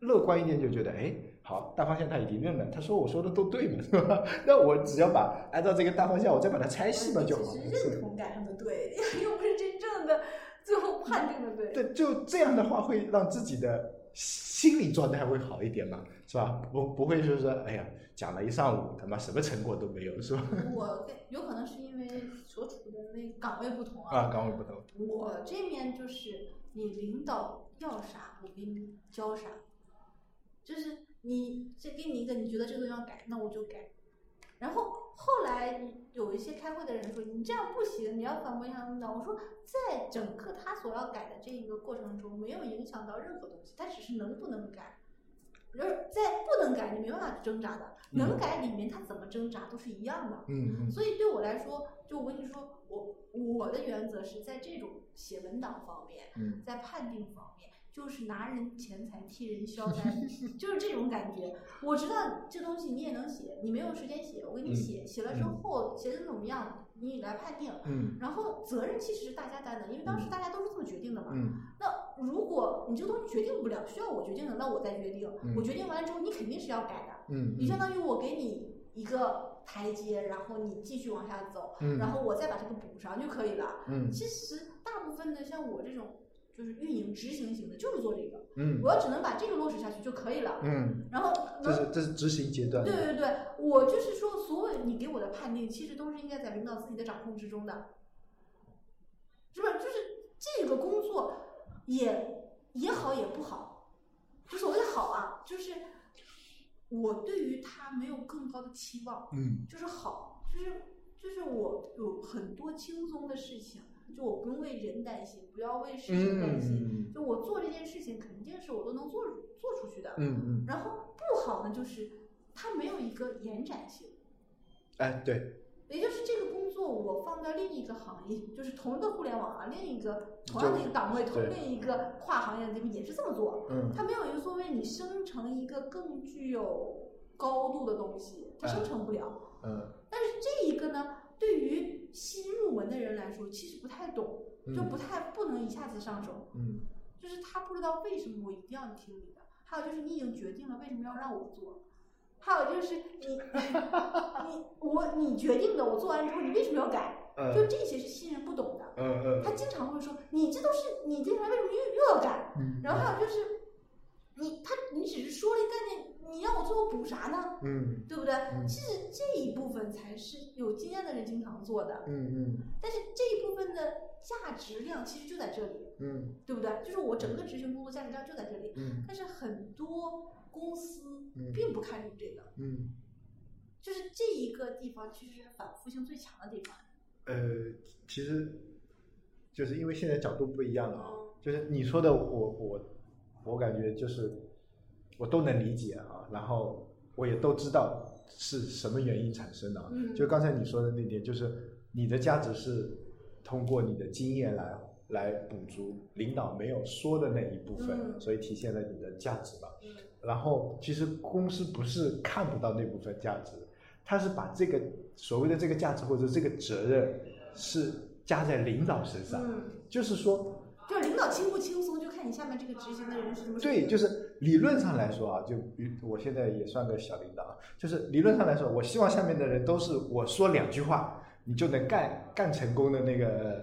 乐观一点就觉得哎。好，大方向他已经认了，他说我说的都对嘛，是吧？ 那我只要把按照这个大方向，我再把它拆细嘛就好了。
你只
是
是
吧
认同感上的 对，又不是真正的最后判定的对。
对，就这样的话会让自己的心理状态会好一点嘛，是吧？不不会说说，哎呀，讲了一上午，他妈什么成果都没有，是吧？
我跟有可能是因为所处的那个岗位不同啊，
啊，岗位不同，
我这面就是你领导要啥，我给你教啥，就是你这给你一个你觉得这个要改，那我就改。然后后来有一些开会的人说你这样不行，你要反驳一下领导。我说在整个他所要改的这一个过程中，没有影响到任何东西，他只是能不能改。而在不能改，你没办法挣扎的；能改里面，他怎么挣扎都是一样的。
嗯嗯
所以对我来说，就我跟你说，我我的原则是在这种写文档方面，
嗯，
在判定方面，就是拿人钱财替人消灾， 就是这种感觉。我知道这东西你也能写，你没有时间写，我给你
嗯
写，写了之
嗯
后写成怎么样，你来判定。
嗯
然后责任其实是大家担的，因为当时
嗯
大家都是这么决定的嘛。
嗯
那如果你这东西决定不了，需要我决定的，那我再决定。我
嗯
决定完了之后，你肯定是要改的。
嗯
你相当于我给你一个台阶，然后你继续往下走，
嗯
然后我再把这个补上就可以了。
嗯
其实大部分的像我这种就是运营执行型的，就是做这个，
嗯
我要只能把这个落实下去就可以了。
嗯，
然后
这
能，
是这是执行阶段
对
的，
对对，我就是说，所有你给我的判定，其实都是应该在领导自己的掌控之中的，是吧？就是这个工作也也好也不好，就所谓的好啊，就是我对于他没有更高的期望。
嗯
就是好，就是就是我有很多轻松的事情，就我不用为人担心，不要为事情担心，
嗯
就我做这件事情肯定是我都能做做出去的。
嗯嗯，
然后不好呢，就是它没有一个延展性，
哎对，
也就是这个工作我放到另一个行业，就是同一个互联网啊，另一个同样的一个岗位，同
对
另一个跨行业的地方也是这么做。
嗯
它没有一个说为你生成一个更具有高度的东西，
哎
它生成不了。
嗯
但是这一个呢，对于新入门的人来说，其实不太懂，就
嗯
不太不能一下子上手，
嗯
就是他不知道为什么我一定要听你的，还有就是你已经决定了为什么要让我做，还有就是你你我你决定的，我做完之后你为什么要改？就
嗯
这些是新人不懂的，
嗯
他经常会说你这都是你这来为什么又又要改？
嗯，
然后还有就是你他你只是说了一个概念，你让我最后补啥呢？
嗯
对不对？
嗯
其实这一部分才是有经验的人经常做的，
嗯
但是这一部分的价值量其实就在这里，
嗯嗯
对不对？就是我整个执行工作价值量就在这里，
嗯
但是很多公司
嗯
并不看重这个，
嗯。
就是这一个地方其实是反复性最强的地方。
呃，其实就是因为现在角度不一样了啊
嗯，
就是你说的我，我我感觉就是我都能理解啊，然后我也都知道是什么原因产生的啊。
嗯
就刚才你说的那点，就是你的价值是通过你的经验来来补足领导没有说的那一部分，
嗯
所以体现了你的价值嘛。
嗯
然后其实公司不是看不到那部分价值，他是把这个所谓的这个价值或者这个责任是加在领导身上，
嗯，
就是啊说，
就领导轻不轻松，就看你下面这个执行的人是什么水
对，
平。
就是理论上来说啊，就比我现在也算个小领导啊，就是理论上来说，我希望下面的人都是我说两句话，你就能干干成功的那个。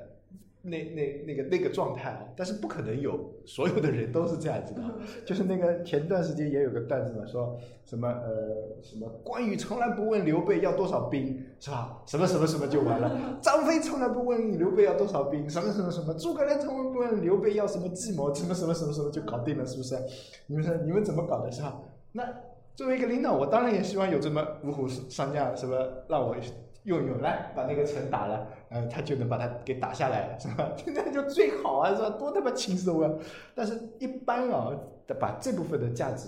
那那那个那个状态啊，但是不可能有所有的人都是这样子的啊，
嗯是
就是那个前段时间也有个段子嘛，说什么呃什么关羽从来不问刘备要多少兵是吧？什么什么什么就完了。张飞从来不问刘备要多少兵，什么什么什么。诸葛亮从来不问刘备要什么计谋，什么什么什么什么就搞定了，是不是？你们说你们怎么搞的是吧？那作为一个领导，我当然也希望有这么五虎上将，什么让我用一用来把那个城打了，呃，他就能把它给打下来了，是吧？那就最好啊，是吧？多他妈轻松啊！但是一般啊，把这部分的价值，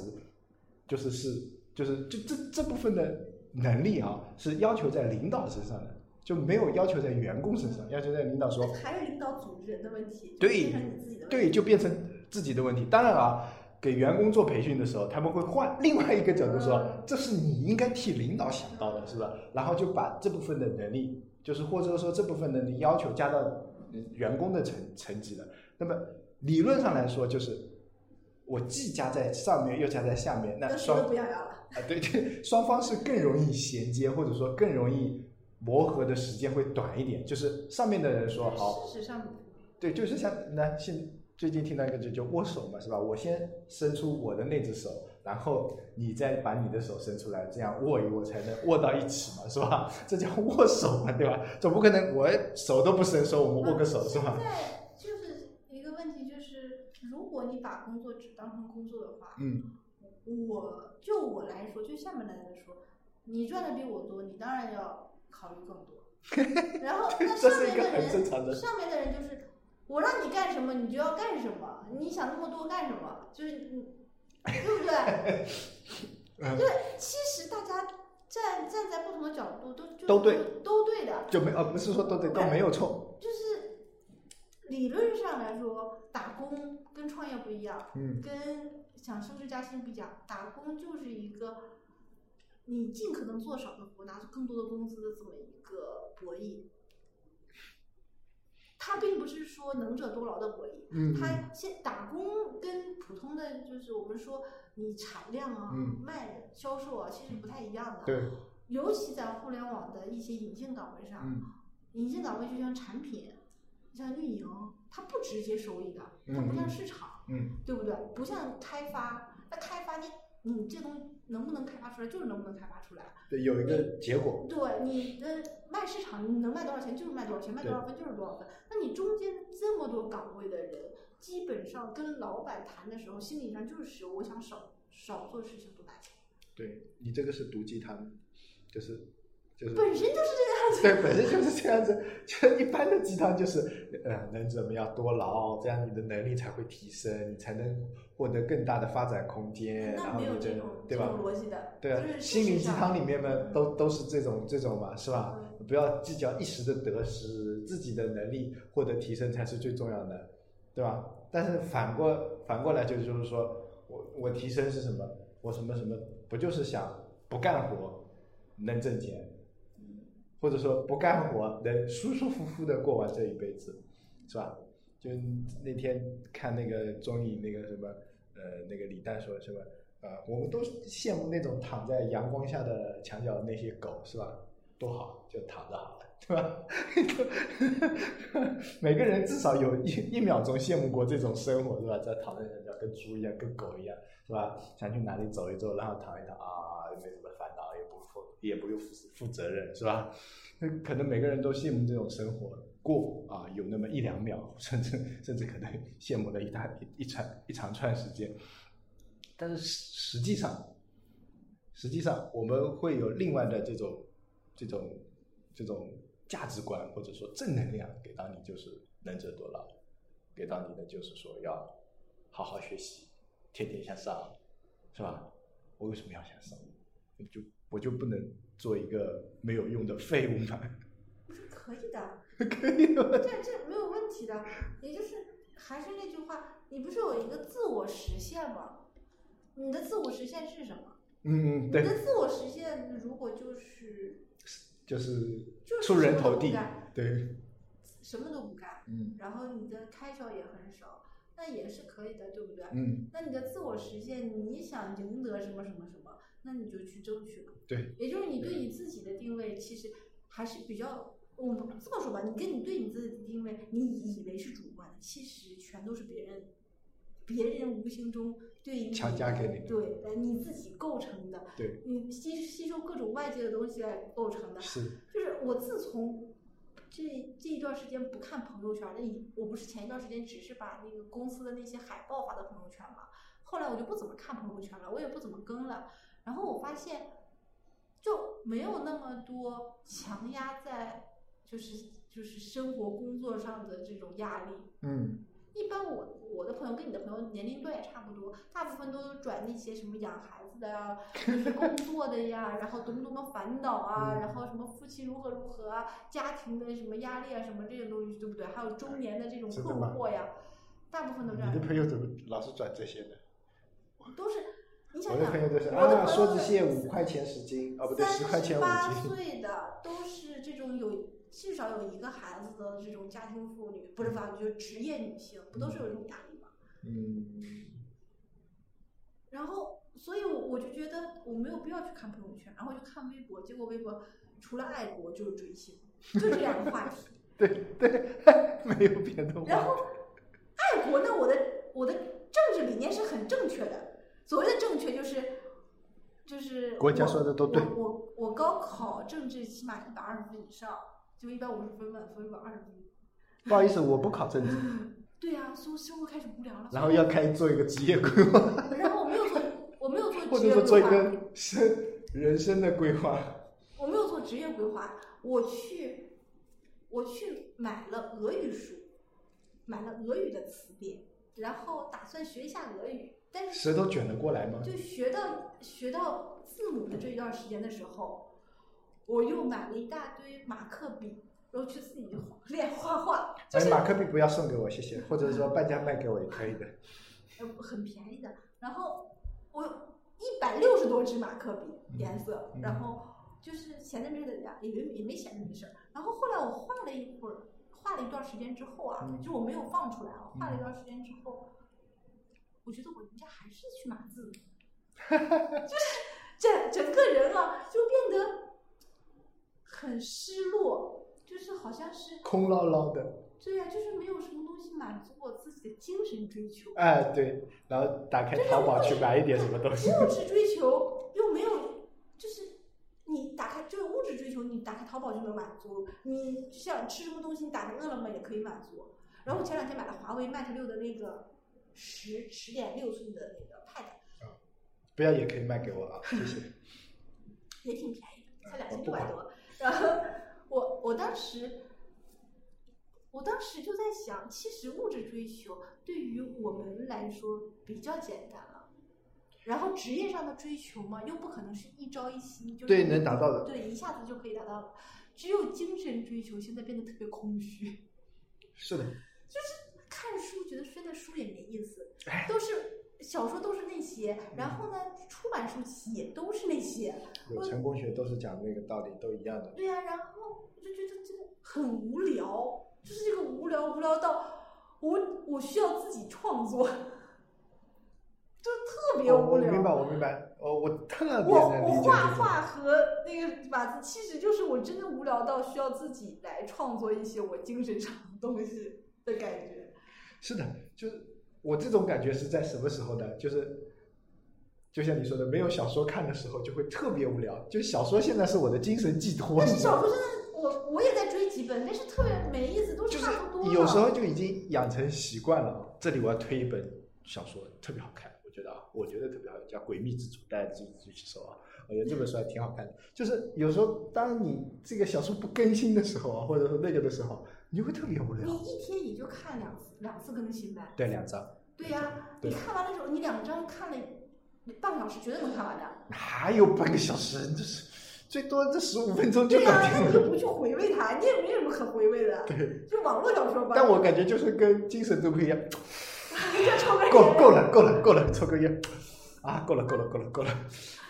就是是就是就这这部分的能力啊，是要求在领导身上的，就没有要求在员工身上，要求在领导说
但还是领导组织人的问题，就
对
变成你自己的问题。
对，就变成自己的问题。当然啊，给员工做培训的时候，他们会换另外一个角度说
嗯，
这是你应该替领导想到的，是吧？然后就把这部分的能力，就是或者说这部分能力要求加到嗯员工的层层级了。那么理论上来说，就是我既加在上面又加在下面，那
要什么
双
都不要要了。
啊，对对， 双方是更容易衔接，或者说更容易磨合的时间会短一点。就是上面的人说好，
事实上，
对，就是像那现最近听到一个就就握手嘛，是吧？我先伸出我的那只手，然后你再把你的手伸出来，这样握一握才能握到一起嘛，是吧？ 这叫握手嘛，对吧？总不可能我手都不伸，说我们握个手是吧？
现在就是一个问题，就是如果你把工作只当成工作的话，
嗯，
我就我来说，就下面的人说，你赚的比我多，你当然要考虑更 多。然后那
这
上
是一
面
个
的
很正
人，
常的。
上面的人就是我让你干什么，你就要干什么，你想那么多干什么？就是你，对不对？
嗯
对，其实大家站站在不同的角度都就是
都对，
都对的。
就没呃、不是说都对，都没有错。
就是理论上来说，打工跟创业不一样，
嗯，
跟想升职加薪不一样。打工就是一个你尽可能做少的活，拿出更多的工资的这么一个博弈。它并不是说能者多劳的博弈，
嗯
它现打工跟普通的就是我们说你产量啊、
嗯
卖销售啊，其实不太一样的。
对，
尤其在互联网的一些隐性岗位上，
嗯
隐性岗位就像产品，像运营，它不直接收益的，它不像市场，
嗯
对不对？不像开发，那开发你你这东西能不能开发出来，就是能不能开发出来。
对，有一个结果。
对你的卖市场，你能卖多少钱就是卖多少钱，卖多少分就是多少分。那你中间这么多岗位的人，基本上跟老板谈的时候，心理上就是我想少少做事情，多拿钱，
对你这个是毒鸡汤，就是就是
本身就是这个样
对，本身就是这样子。 就一般的鸡汤就是，呃，能者们要多劳，这样你的能力才会提升，你才能获得更大的发展空间。
子。
然
那
后
没有
你
这
这
种
对
这
吧？
种逻辑的，
对啊
就，是
心灵
事实
鸡
上嗯
汤里面呢，都都是这种这种嘛，是吧？不要计较一时的得失，自己的能力获得提升才是最重要的，对吧？但是反过反过来就就是说我我提升是什么？我什么什么不就是想不干活能挣钱，
嗯
或者说不干活能舒舒服服的过完这一辈子，是吧？就那天看那个综艺，那个什么，呃，那个李诞说什么，呃，我们都羡慕那种躺在阳光下的墙角的那些狗，是吧？多好，就躺着好了，对吧？ 每个人至少有一一秒钟羡慕过这种生活，是吧？在躺在墙角，跟猪一样，跟狗一样，是吧？想去哪里走一走，然后躺一躺啊，没什么烦恼，也不负也不用负负责任，是吧？那可能每个人都羡慕这种生活过啊，有那么一两秒，甚至甚至可能羡慕了一大一一长一长串时间。但是实实际上，实际上我们会有另外的这种这种这种价值观或者说正能量给到你，就是能者多劳，给到你的就是说要好好学习，天天向上，是吧？我为什么要向上？我就我就不能做一个没有用的废物吗？
不是可可以的，
可以吗？
这这没有问题的。也就是还是那句话，你不是有一个自我实现吗？你的自我实现是什么？
嗯，嗯，
你
对，
的自我实现如果就是
就是
就是
出人
什
头
么都不
地
干，
对，
什么都不干，
嗯
然后你的开销也很少，那也是可以的，对不对？
嗯，
那你的自我实现，你想赢得什么什么什么，那你就去争取吧。
对，
也就是你对你自己的定位，其实还是比较，我们这么说吧，你跟你对你自己的定位，你以为是主观的，其实全都是别人，别人无形中对你
强加给你的
对，来你自己构成的，
对，
你吸吸收各种外界的东西来构成的。
是，
就是我自从这这一段时间不看朋友圈儿，那一我不是前一段时间只是把那个公司的那些海报发到朋友圈嘛，后来我就不怎么看朋友圈了，我也不怎么更了。然后我发现就没有那么多强压在就是就是生活工作上的这种压力。
嗯
一般我我的朋友跟你的朋友年龄段也差不多，大部分都转那些什么养孩子的呀、就是工作的呀，然后多么多么烦恼啊，
嗯
然后什么夫妻如何如何啊，家庭的什么压力啊，什么这些东西，对不对？还有中年的这种
真
困
的吗
惑呀，大部分都
你
这样
的，朋友怎么老是转这些呢？
都是你想
我的
想，
朋友都是
我
啊，
的
那
朋
梭
友
子蟹五块钱十斤，哦不对，十块钱五
八
斤，
岁的都是这种有至少有一个孩子的这种家庭妇女，不是吧？就是职业女性，不都是有这种压力吗？
嗯，
然后，所以我我就觉得我没有必要去看朋友圈，然后就看微博，结果微博除了爱国就是追星，就这两个话 题。
对对，没有别的
然
话，
后，爱国呢，我的我的政治理念是很正确的，所谓的正确就是就是
国家
我
说的都对
我我我高考政治起码一百二十分以上，就一百五十分满分，一百二十分。
不好意思，我不考证治，
对啊，所以生活开始无聊了。
然后要开做一个职业规划，
然后我没有做，我没有做
或
职
者
业
说做一
规划
个生人生的规划，
我没有做职业规划，我去，我去买了俄语书，买了俄语的词典，然后打算学一下俄语。但是
舌头卷得过来吗？哎
就学到学到字母的这一段时间的时候，我又买了一大堆马克笔，然后去自己画 练画画，就
哎，
是
马克笔不要送给我，谢谢，或者说半价卖给我也可以的。
呃很便宜的。然后我一百六十多支马克笔颜色，
嗯
然后就是闲着没事在家，也没也没闲着没事儿。然后后来我画了一会儿，画了一段时间之后啊，
嗯
就我没有放出来啊，画了一段时间之后，我觉得我应该还是去码字， 就是整整个人啊就变得很失落，就是好像是
空落落的，
对呀、就是没有什么东西满足我自己的精神追求。
哎，对，然后打开淘宝去买一点什么东西，
物质追求又没有，就是你打开就是物质追求，你打开淘宝就能满足。你想吃什么东西，你打开饿了么也可以满足。然后我前两天买了华为 Mate 六的那个十十点六寸的那个 Pad，
不要也可以卖给我啊，谢谢。
也挺便宜的，才两
我
千
哦不
六百
管
多。然后我我当时，我当时就在想，其实物质追求对于我们来说比较简单了。然后职业上的追求嘛，又不可能是一朝一夕，就是
对，能达到的，
对，一下子就可以达到了。只有精神追求现在变得特别空虚，
是的，
看书觉得翻的书也没意思
哎，嗯
都是小说都是那些，然后呢，出版书籍也都是那些，
有成功学都是讲那个道理，都一样的。
对呀、然后我就觉得这个很无聊，就是这个无聊无聊到我我需要自己创作，就是特别
我
无
哦我
聊。
明白，我明白，我我特别
我
能
我
理解
画
这种。
画和那个码字，其实就是我真的无聊到需要自己来创作一些我精神上的东西的感觉。
是的，就是我这种感觉是在什么时候呢？就是就像你说的，没有小说看的时候就会特别无聊。就小说现在是我的精神寄托，
但是
你知道吗
小说真的，我我也在追几本，但是特别没意思，都
就是
差不多了。
有时候就已经养成习惯了啊。这里我要推一本小说，特别好看，我觉得啊，我觉得特别好看，叫《诡秘之主》，大家自己自己去搜啊。我觉得这本书还挺好看的。就是有时候，当你这个小说不更新的时候啊，或者说那个的时候，你就会特别无聊
你。一天也就看两次两次更新呗。
对，两张
对呀、
对
你看完了之后，你两章看了半个小时，绝对能看完的。
哪有半个小时？这是最多这十五分钟就
对
搞
呀、
定
那你
了。
就不去回味它，你也没有什么可回味的，
对，
就网络小说吧。
但我感觉就是跟精神都不一样，
这抽根
够够了，够了，够了，抽根烟，啊，够了，够了，够了，够了。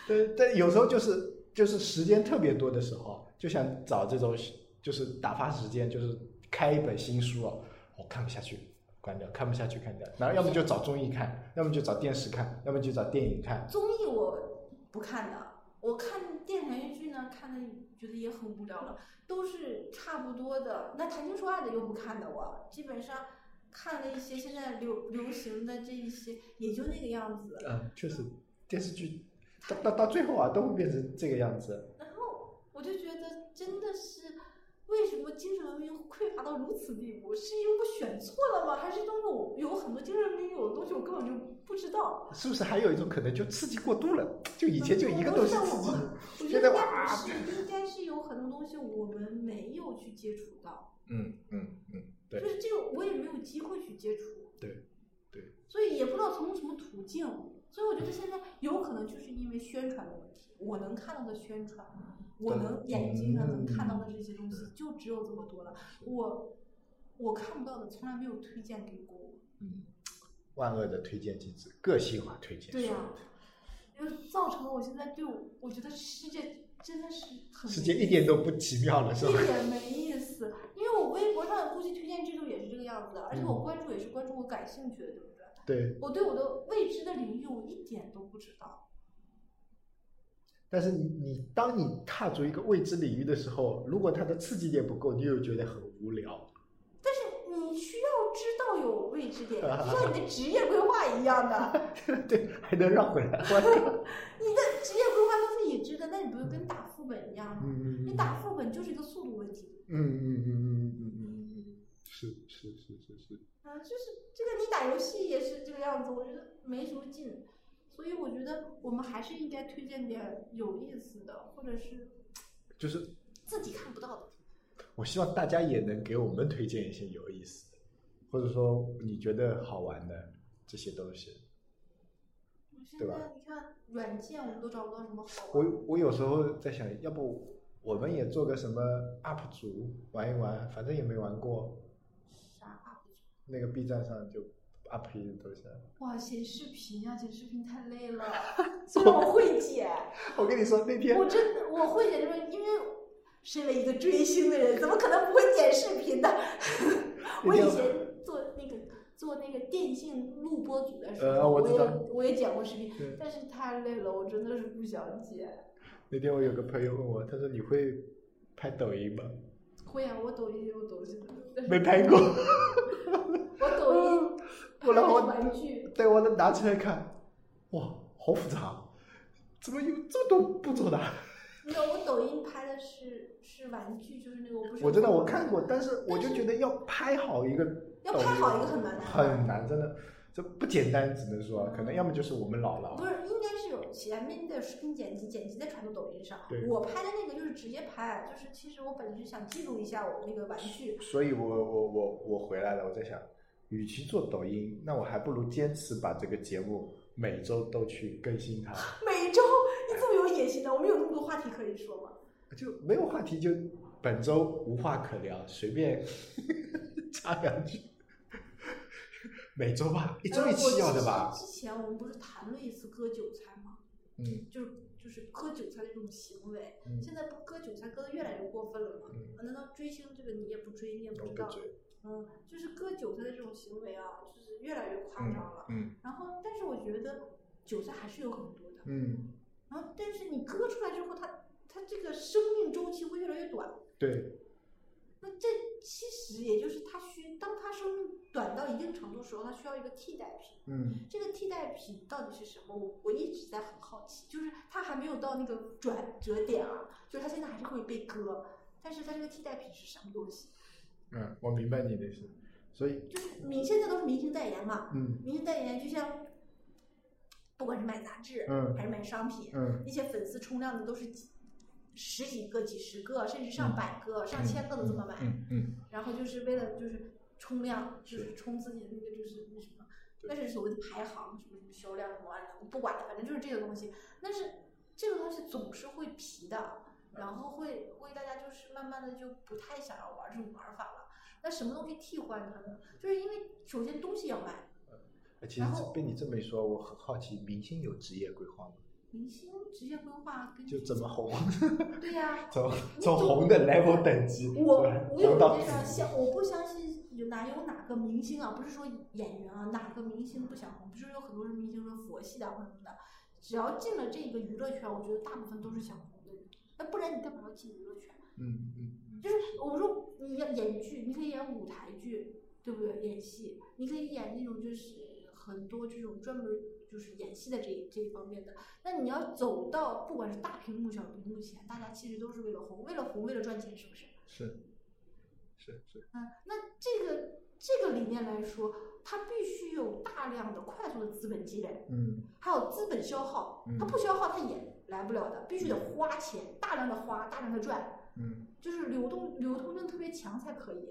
但但有时候就是就是时间特别多的时候，就想找这种就是打发时间，就是开一本新书哦，我看不下去，关掉，看不下去，看掉。然后要么就找综艺看，要么就找电视看，要么就找电影看。
综艺我不看的，我看电视连续剧呢，看的觉得也很无聊了，都是差不多的。那谈情说爱的又不看的我，基本上看了一些现在流流行的这一些，也就那个样子。
嗯，确实，电视剧到到到最后啊，都会变成这个样子。
然后我就觉得真的是，为什么精神文明匮乏到如此地步？是因为我选错了吗？还是因为我有很多精神文明有的东西我根本就不知道？
是不是还有一种可能，就刺激过度了？就以前就一个
嗯
东西
我
刺
知道
激，
我觉得
现在
应
哇
该不是，应该是有很多东西我们没有去接触到，
嗯嗯嗯，对
就是这个我也没有机会去接触。
对，对，
所以也不知道从什么途径。所以我觉得现在有可能就是因为宣传的问题，我能看到的宣传，我
对
能眼睛上能看到的这些东
嗯
西就只有这么多了。我我看不到的从来没有推荐给过我。
嗯，万恶的推荐机制，个性化推荐。
对呀、就是造成了我现在对我，我觉得世界真的是很
世界一点都不奇妙了，是吧
一？点没意思，因为我微博上的估计推荐制度也是这个样子的，而
嗯
且我关注也是关注我感兴趣的，对不对？
对，
我对我的未知的领域我一点都不知道。
但是你你当你踏足一个未知领域的时候，如果它的刺激点不够，你又觉得很无聊。
但是你需要知道有位置点，就像你的职业规划一样 的，
对，还能绕回来。我靠
你的职业规划都是已知的，那你不就跟打副本一样吗？
嗯嗯
你
嗯
打副本就是一个速度问题，
嗯嗯嗯嗯嗯嗯嗯，是是是是是，
啊，就是这个你打游戏也是这个样子，我觉得没什么劲，所以我觉得我们还是应该推荐点有意思的，或者是
就是
自己看不到的。
我希望大家也能给我们推荐一些有意思的，或者说你觉得好玩的这些东西。
现
对吧
在你看软件，我们都找不到什么好玩
我我有时候在想，要不我们也做个什么 UP 主玩一玩，反正也没玩过，
啥 UP 主。
那个 B 站上就 UP 一个东西。
哇，剪视频啊，剪视频太累 了，虽然我会剪。
我跟你说，那天
我真的我会剪这个，因为身为一个追星的人，怎么可能不会剪视频呢？ 我以前做那个做那个电竞录播组的时候，
呃我
我
知道
也我也剪过视频
对，
但是太累了，我真的是不想剪。
那天我有个朋友问我，他说你会拍抖音吗？
会啊，我抖音也有抖音，但
没
是
拍过，
我抖音
我嗯然后
拍的玩具，
对我拿出来看，哇，好复杂，怎么有这么多步骤的？
没有，我抖音拍的是是玩具，就是那个我不是
我真的我看过，但是我就觉得要拍好一个
要拍好一个很难的，
很难，真的这不简单，只能说啊可能要么就是我们老
不
了，
是，应该是有前面的视频剪辑，剪辑再传到抖音上
对。
我拍的那个就是直接拍，就是其实我本质想记录一下我那个玩具。
所以我我我我回来了，我在想，与其做抖音，那我还不如坚持把这个节目每周都去更新它，
每 周你这么有野心呢？我们有那么多话题可以说吗？
就没有话题就本周无话可聊，随便 插两句，每周吧，一
一
周一期要的吧，
之前我们不是谈论一次割韭菜吗？
嗯
就是就是割韭菜这种行为，
嗯，
现在不割韭菜割的越来越过分了吗？
嗯
难道追星这个你也不追，你也不
我
知
不
道？
追，
嗯，就是割韭菜的这种行为啊，就是越来越夸
嗯
张了。
嗯
然后，但是我觉得韭菜还是有很多的。
嗯，
然后，啊但是你割出来之后，它它这个生命周期会越来越短。
对，
那这其实也就是它需，当它生命短到一定程度的时候，它需要一个替代品。
嗯
这个替代品到底是什么？我我一直在很好奇，就是它还没有到那个转折点啊，就是它现在还是会被割，但是它这个替代品是什么东西？
嗯，我明白你的意思，所以
就是明现在都是明星代言嘛，
嗯
明星代言就像，不管是买杂志
嗯
还是买商品，
嗯。
那些粉丝冲量的都是几十几个、几十个，甚至上百个、上千个的这么买，
嗯嗯，
然后就是为了就是冲量，就是是冲自己的那个就是那什么，那
对
是所谓的排行什么什么销啊量什么玩意儿，我不管了，反正就是这个东西。但是这个东西总是会皮的，
嗯
然后会会大家就是慢慢的就不太想要玩这种玩法了。那什么东西替换它呢？就是因为首先东西要买，
哎其实
然后
被你这么一说，我很好奇，明星有职业规划吗？
明星职业规划跟
就怎么红，
对呀、
从从红的 level 等级，
我我有
红到
那种相，我不相信有哪有哪个明星啊，不是说演员啊，哪个明星不想红？不是有很多人明星说佛系的啊或者什么的，只要进了这个娱乐圈，我觉得大部分都是想红的人。那不然你干嘛要进娱乐圈？
嗯嗯，
就是我说你要演剧，你可以演舞台剧，对不对？演戏，你可以演那种就是很多这种专门就是演戏的这一这一方面的。那你要走到不管是大屏幕、小屏幕前，大家其实都是为了红，为了红，为了赚钱，是不是？
是是是，
嗯，那这个这个理念来说，它必须有大量的快速的资本积累，
嗯
还有资本消耗
嗯。
它不消耗，它也来不了的，必须得花钱，大量的花，大量的赚，
嗯
就是流动流通性特别强才可以。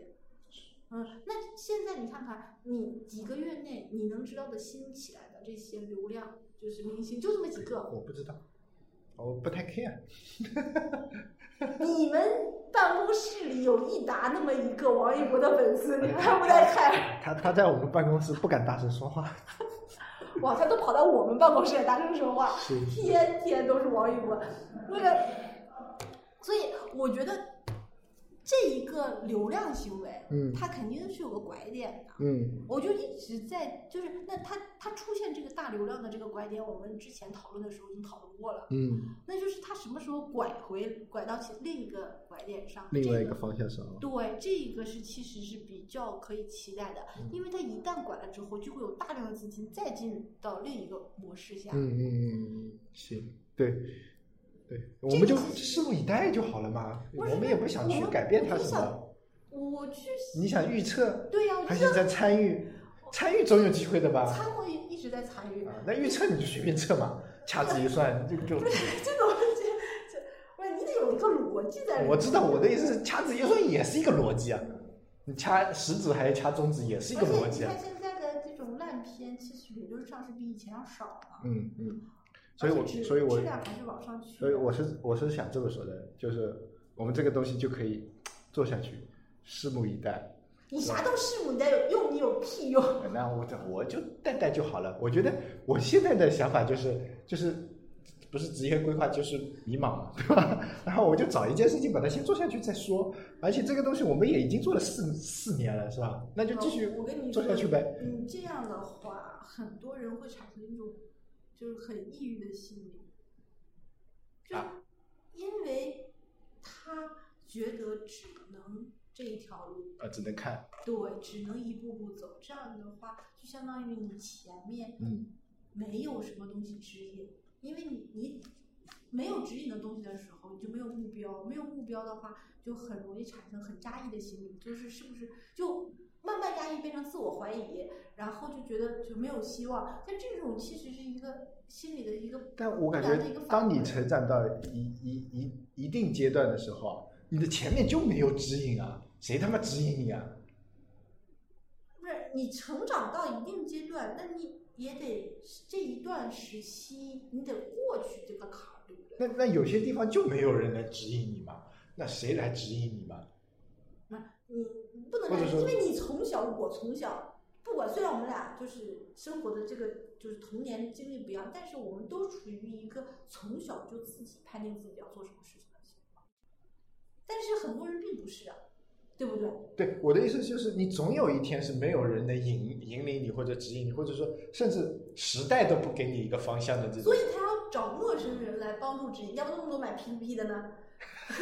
嗯，那现在你看看，你几个月内你能知道的新起来的这些流量，就是明星，就这么几个。
我不知道，我不太 care，
你们办公室里有一达那么一个王一博的粉丝，你们还不来看？
他他在我们办公室不敢大声说话，
哇，他都跑到我们办公室来大声说话，
是
天天都是王一博，那个，所以我觉得这一个流量行为，
嗯
它肯定是有个拐点的。
嗯
我就一直在，就是那它它出现这个大流量的这个拐点，我们之前讨论的时候已经讨论过了，
嗯，
那就是它什么时候拐回拐到其另一个拐点上，
另外一
这
个方向哦上，
对，这个是其实是比较可以期待的，
嗯
因为它一旦管了之后，就会有大量的资金再进到另一个模式下。
嗯嗯嗯嗯，行，对。对，我们就拭目以待就好了嘛。
不
我
是
们也不想去
我
改变它
我就
什
想
么。
我去，
你想预测，
对呀、我
还
就是
在参与？参与总有机会的吧？
参我一直在参与，
啊，那预测你就随便测嘛，掐指一算就就。
这种这这，不是你得有一个逻辑在里面。
我知道我的意思是，掐指一算也是一个逻辑啊。你掐食指还是掐中指也是一个逻辑
而且你
啊。
看现在的这种烂片，其实理论上是比以前要少了，
嗯嗯，所以我
而且质
所以我
质量还是往上去的。
所以我是我是想这么说的，就是我们这个东西就可以做下去，拭目以待。
你啥都拭目以待，有用你有屁用？
那我这我就带带就好了。我觉得我现在的想法就是就是不是职业规划就是迷茫嘛，对吧？ 然后我就找一件事情把它先做下去再说。而且这个东西我们也已经做了四四年了，是吧？那就继续
我跟你
做下去呗。
你这样的话，很多人会产生一种就是很抑郁的心理，就是
啊
因为他觉得只能这一条路，
啊，只能看，
对，只能一步步走。这样的话，就相当于你前面
嗯
没有什么东西指引，因为你你没有指引的东西的时候，你就没有目标，没有目标的话，就很容易产生很压抑的心理，就是是不是就慢慢压抑变成自我怀疑，然后就觉得就没有希望。但这种其实是一个心理的一个，
但我感觉，当你成长到一一一一定阶段的时候啊，你的前面就没有指引啊，谁他妈指引你啊？
不是你成长到一定阶段，那你也得这一段时期，你得过去这个坎儿，对不对？
那那有些地方就没有人来指引你嘛，那谁来指引你嘛？
你不能
或者
来，
说
因为你从小，我从小，不管虽然我们俩就是生活的这个就是童年经历不一样，但是我们都处于一个从小就自己判定自己要做什么事情的情况。但是很多人并不是啊，对不对？
对，我的意思就是，你总有一天是没有人能引引领你或者指引你，或者说甚至时代都不给你一个方向的这种
所以。他要找陌生人来帮助指引，要不那么多买 PPT 的呢，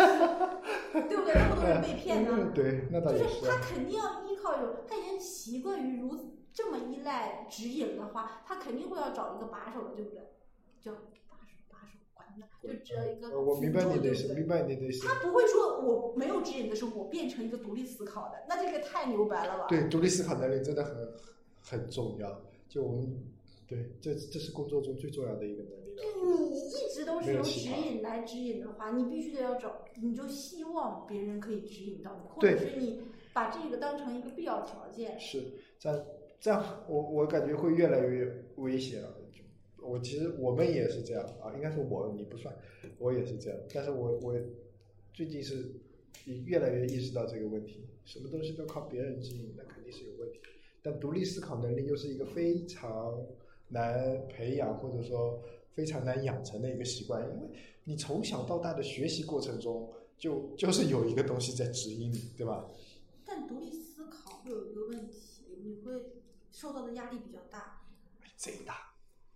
对不对？那么多人被骗呢？
嗯对，那倒
就
也
是
是
他
啊。
肯定要依靠有，他已经习惯于如此这么依赖指引的话，他肯定会要找一个把手的，对不对？叫把手，把手，管他呢，就只要一个
呃我明白
辅助
你的意
对
思，
不对
明白你的意思。
他不会说我没有指引的时候，我变成一个独立思考的，那这个太牛掰了吧？
对，独立思考能力真的很很重要。就我们对，这这是工作中最重要的一个能力了。
就你一直都
没
是
有
由
启
指
发
引来指引的话，你必须得要找，你就希望别人可以指引到你，或
对
者是你把这个当成一个必要条件。
是这样，这样我我感觉会越来越危险啊！就我其实我们也是这样啊，应该是我你不算，我也是这样。但是我我最近是你越来越意识到这个问题，什么东西都靠别人指引，那肯定是有问题。但独立思考能力又是一个非常难培养，或者说非常难养成的一个习惯，因为你从小到大的学习过程中，就就是有一个东西在指引你，对吧？
但独立思考会有一个问题，你会受到的压力比较大，
贼大，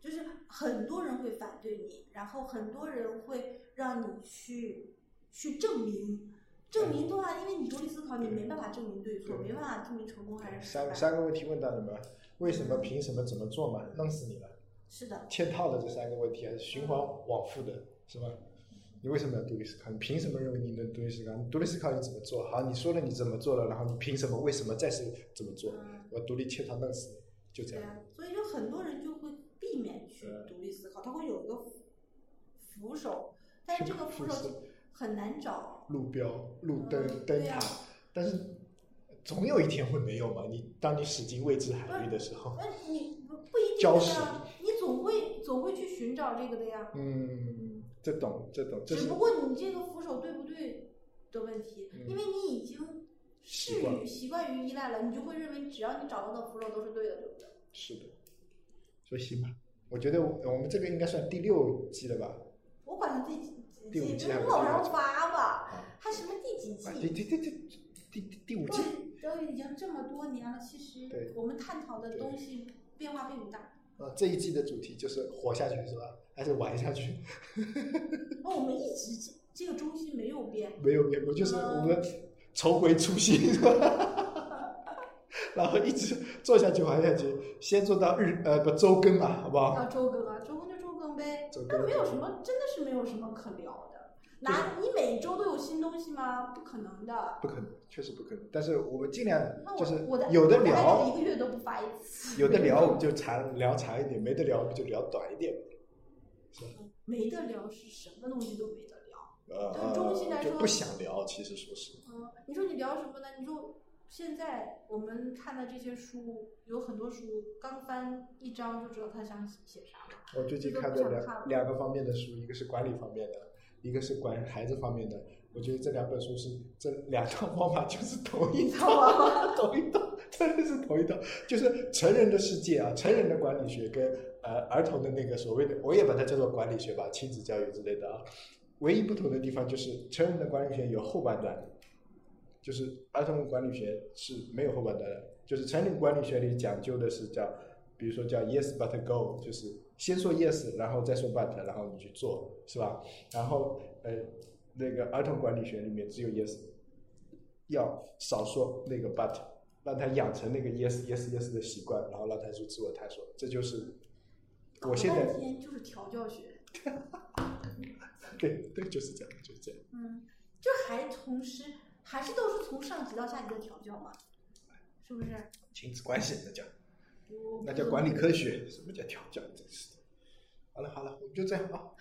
就是很多人会反对你，然后很多人会让你去去证明。证明的话，因为你独立思考，你没办法证明对错，
对
没办法证明成功还是嗯失败
嗯三。三个问题问到你们，为什么、凭什么、怎么做嘛，弄死你了。
是的，
嵌套的这三个问题，还是循环往复的，是吧？你为什么要独立思考？你凭什么认为你能独立思考？你独立思考你怎么做？好，你说了你怎么做了，然后你凭什么？为什么再是怎么做？
嗯，
我独立嵌套弄死你，就这
对
样。
啊，所以就很多人就会避免去
对
独立思考，他会有一个扶扶手，但是这个扶
不是
手很难找。
路标、路
嗯
灯、灯
对啊
塔，但是总有一天会没有嘛。你当你驶进未知海域的时候，
那呃你不不一定
礁
的
石
呀，你总会总会去寻找这个的呀。
嗯，这懂这懂，这
只
是
不过你这个扶手对不对的问题，
嗯
因为你已经适
习惯
于习惯于依赖了，你就会认为只要你找到的扶手都是对的，对不对？
是的，所以行吧。我觉得我我们这个应该算第六季了吧？
我管他第几几
第五
季，
季
就
还
是老
是第六
让
季
发吧，
啊，
还什么第几
啊第
季？
第第第第第第五季。
都都已经这么多年了，其实
对
我们探讨的
对
东西变化并不大。
啊，这一季的主题就是活下去是吧？还是玩下去？
哦那我们一直这这个中心没有变，
没有变过，就是我们重回初心是吧？ 然后一直做下去玩下去，先做到日呃不周更嘛，好不好？
要周更啊，周更就周更呗
周，更
那没有什么，真的是没有什么可聊的。哪你每周都有新东西吗？不可能的。
不可能，确实不可能。但是我们尽量
那我
就是
我的
有的
我大概
聊，
一个月都不发一次，
有的聊我们就长聊长一点，没得聊我们就聊短一点。
没得聊是什么东西都没得聊。
呃
对中心来，
就
说
不想聊，其实说是
嗯，你说你聊什么呢？你说现在我们看的这些书，有很多书刚翻一章就知道他想写啥了。
我最近
这个
看
不
的
想看了
两两个方面的书，一个是管理方面的，一个是管孩子方面的。我觉得这两本书是这两套方法就是同一套，同一套，真的是同一套。就是成人的世界啊，成人的管理学跟呃儿童的那个所谓的，我也把它叫做管理学吧，亲子教育之类的啊。唯一不同的地方就是成人的管理学有后半段，就是儿童管理学是没有后半段的，就是成人管理学里讲究的是叫，比如说叫 yes but go，就是先说 yes，然后再说 but，然后你去做，是吧？然后呃，那个儿童管理学里面只有 yes，要少说那个 but，让他养成那个 yes yes yes 的习惯，然后让他去自我探索，这就是
搞
我
了
现 在
半天就是调教学，
对对就是这样就是这样。
嗯，就还同时还是都是从上级到下级的调教嘛，是不是？
亲子关系那叫
我
那叫管理科学，什么叫调教？真是的。好了好了，我们就这样啊。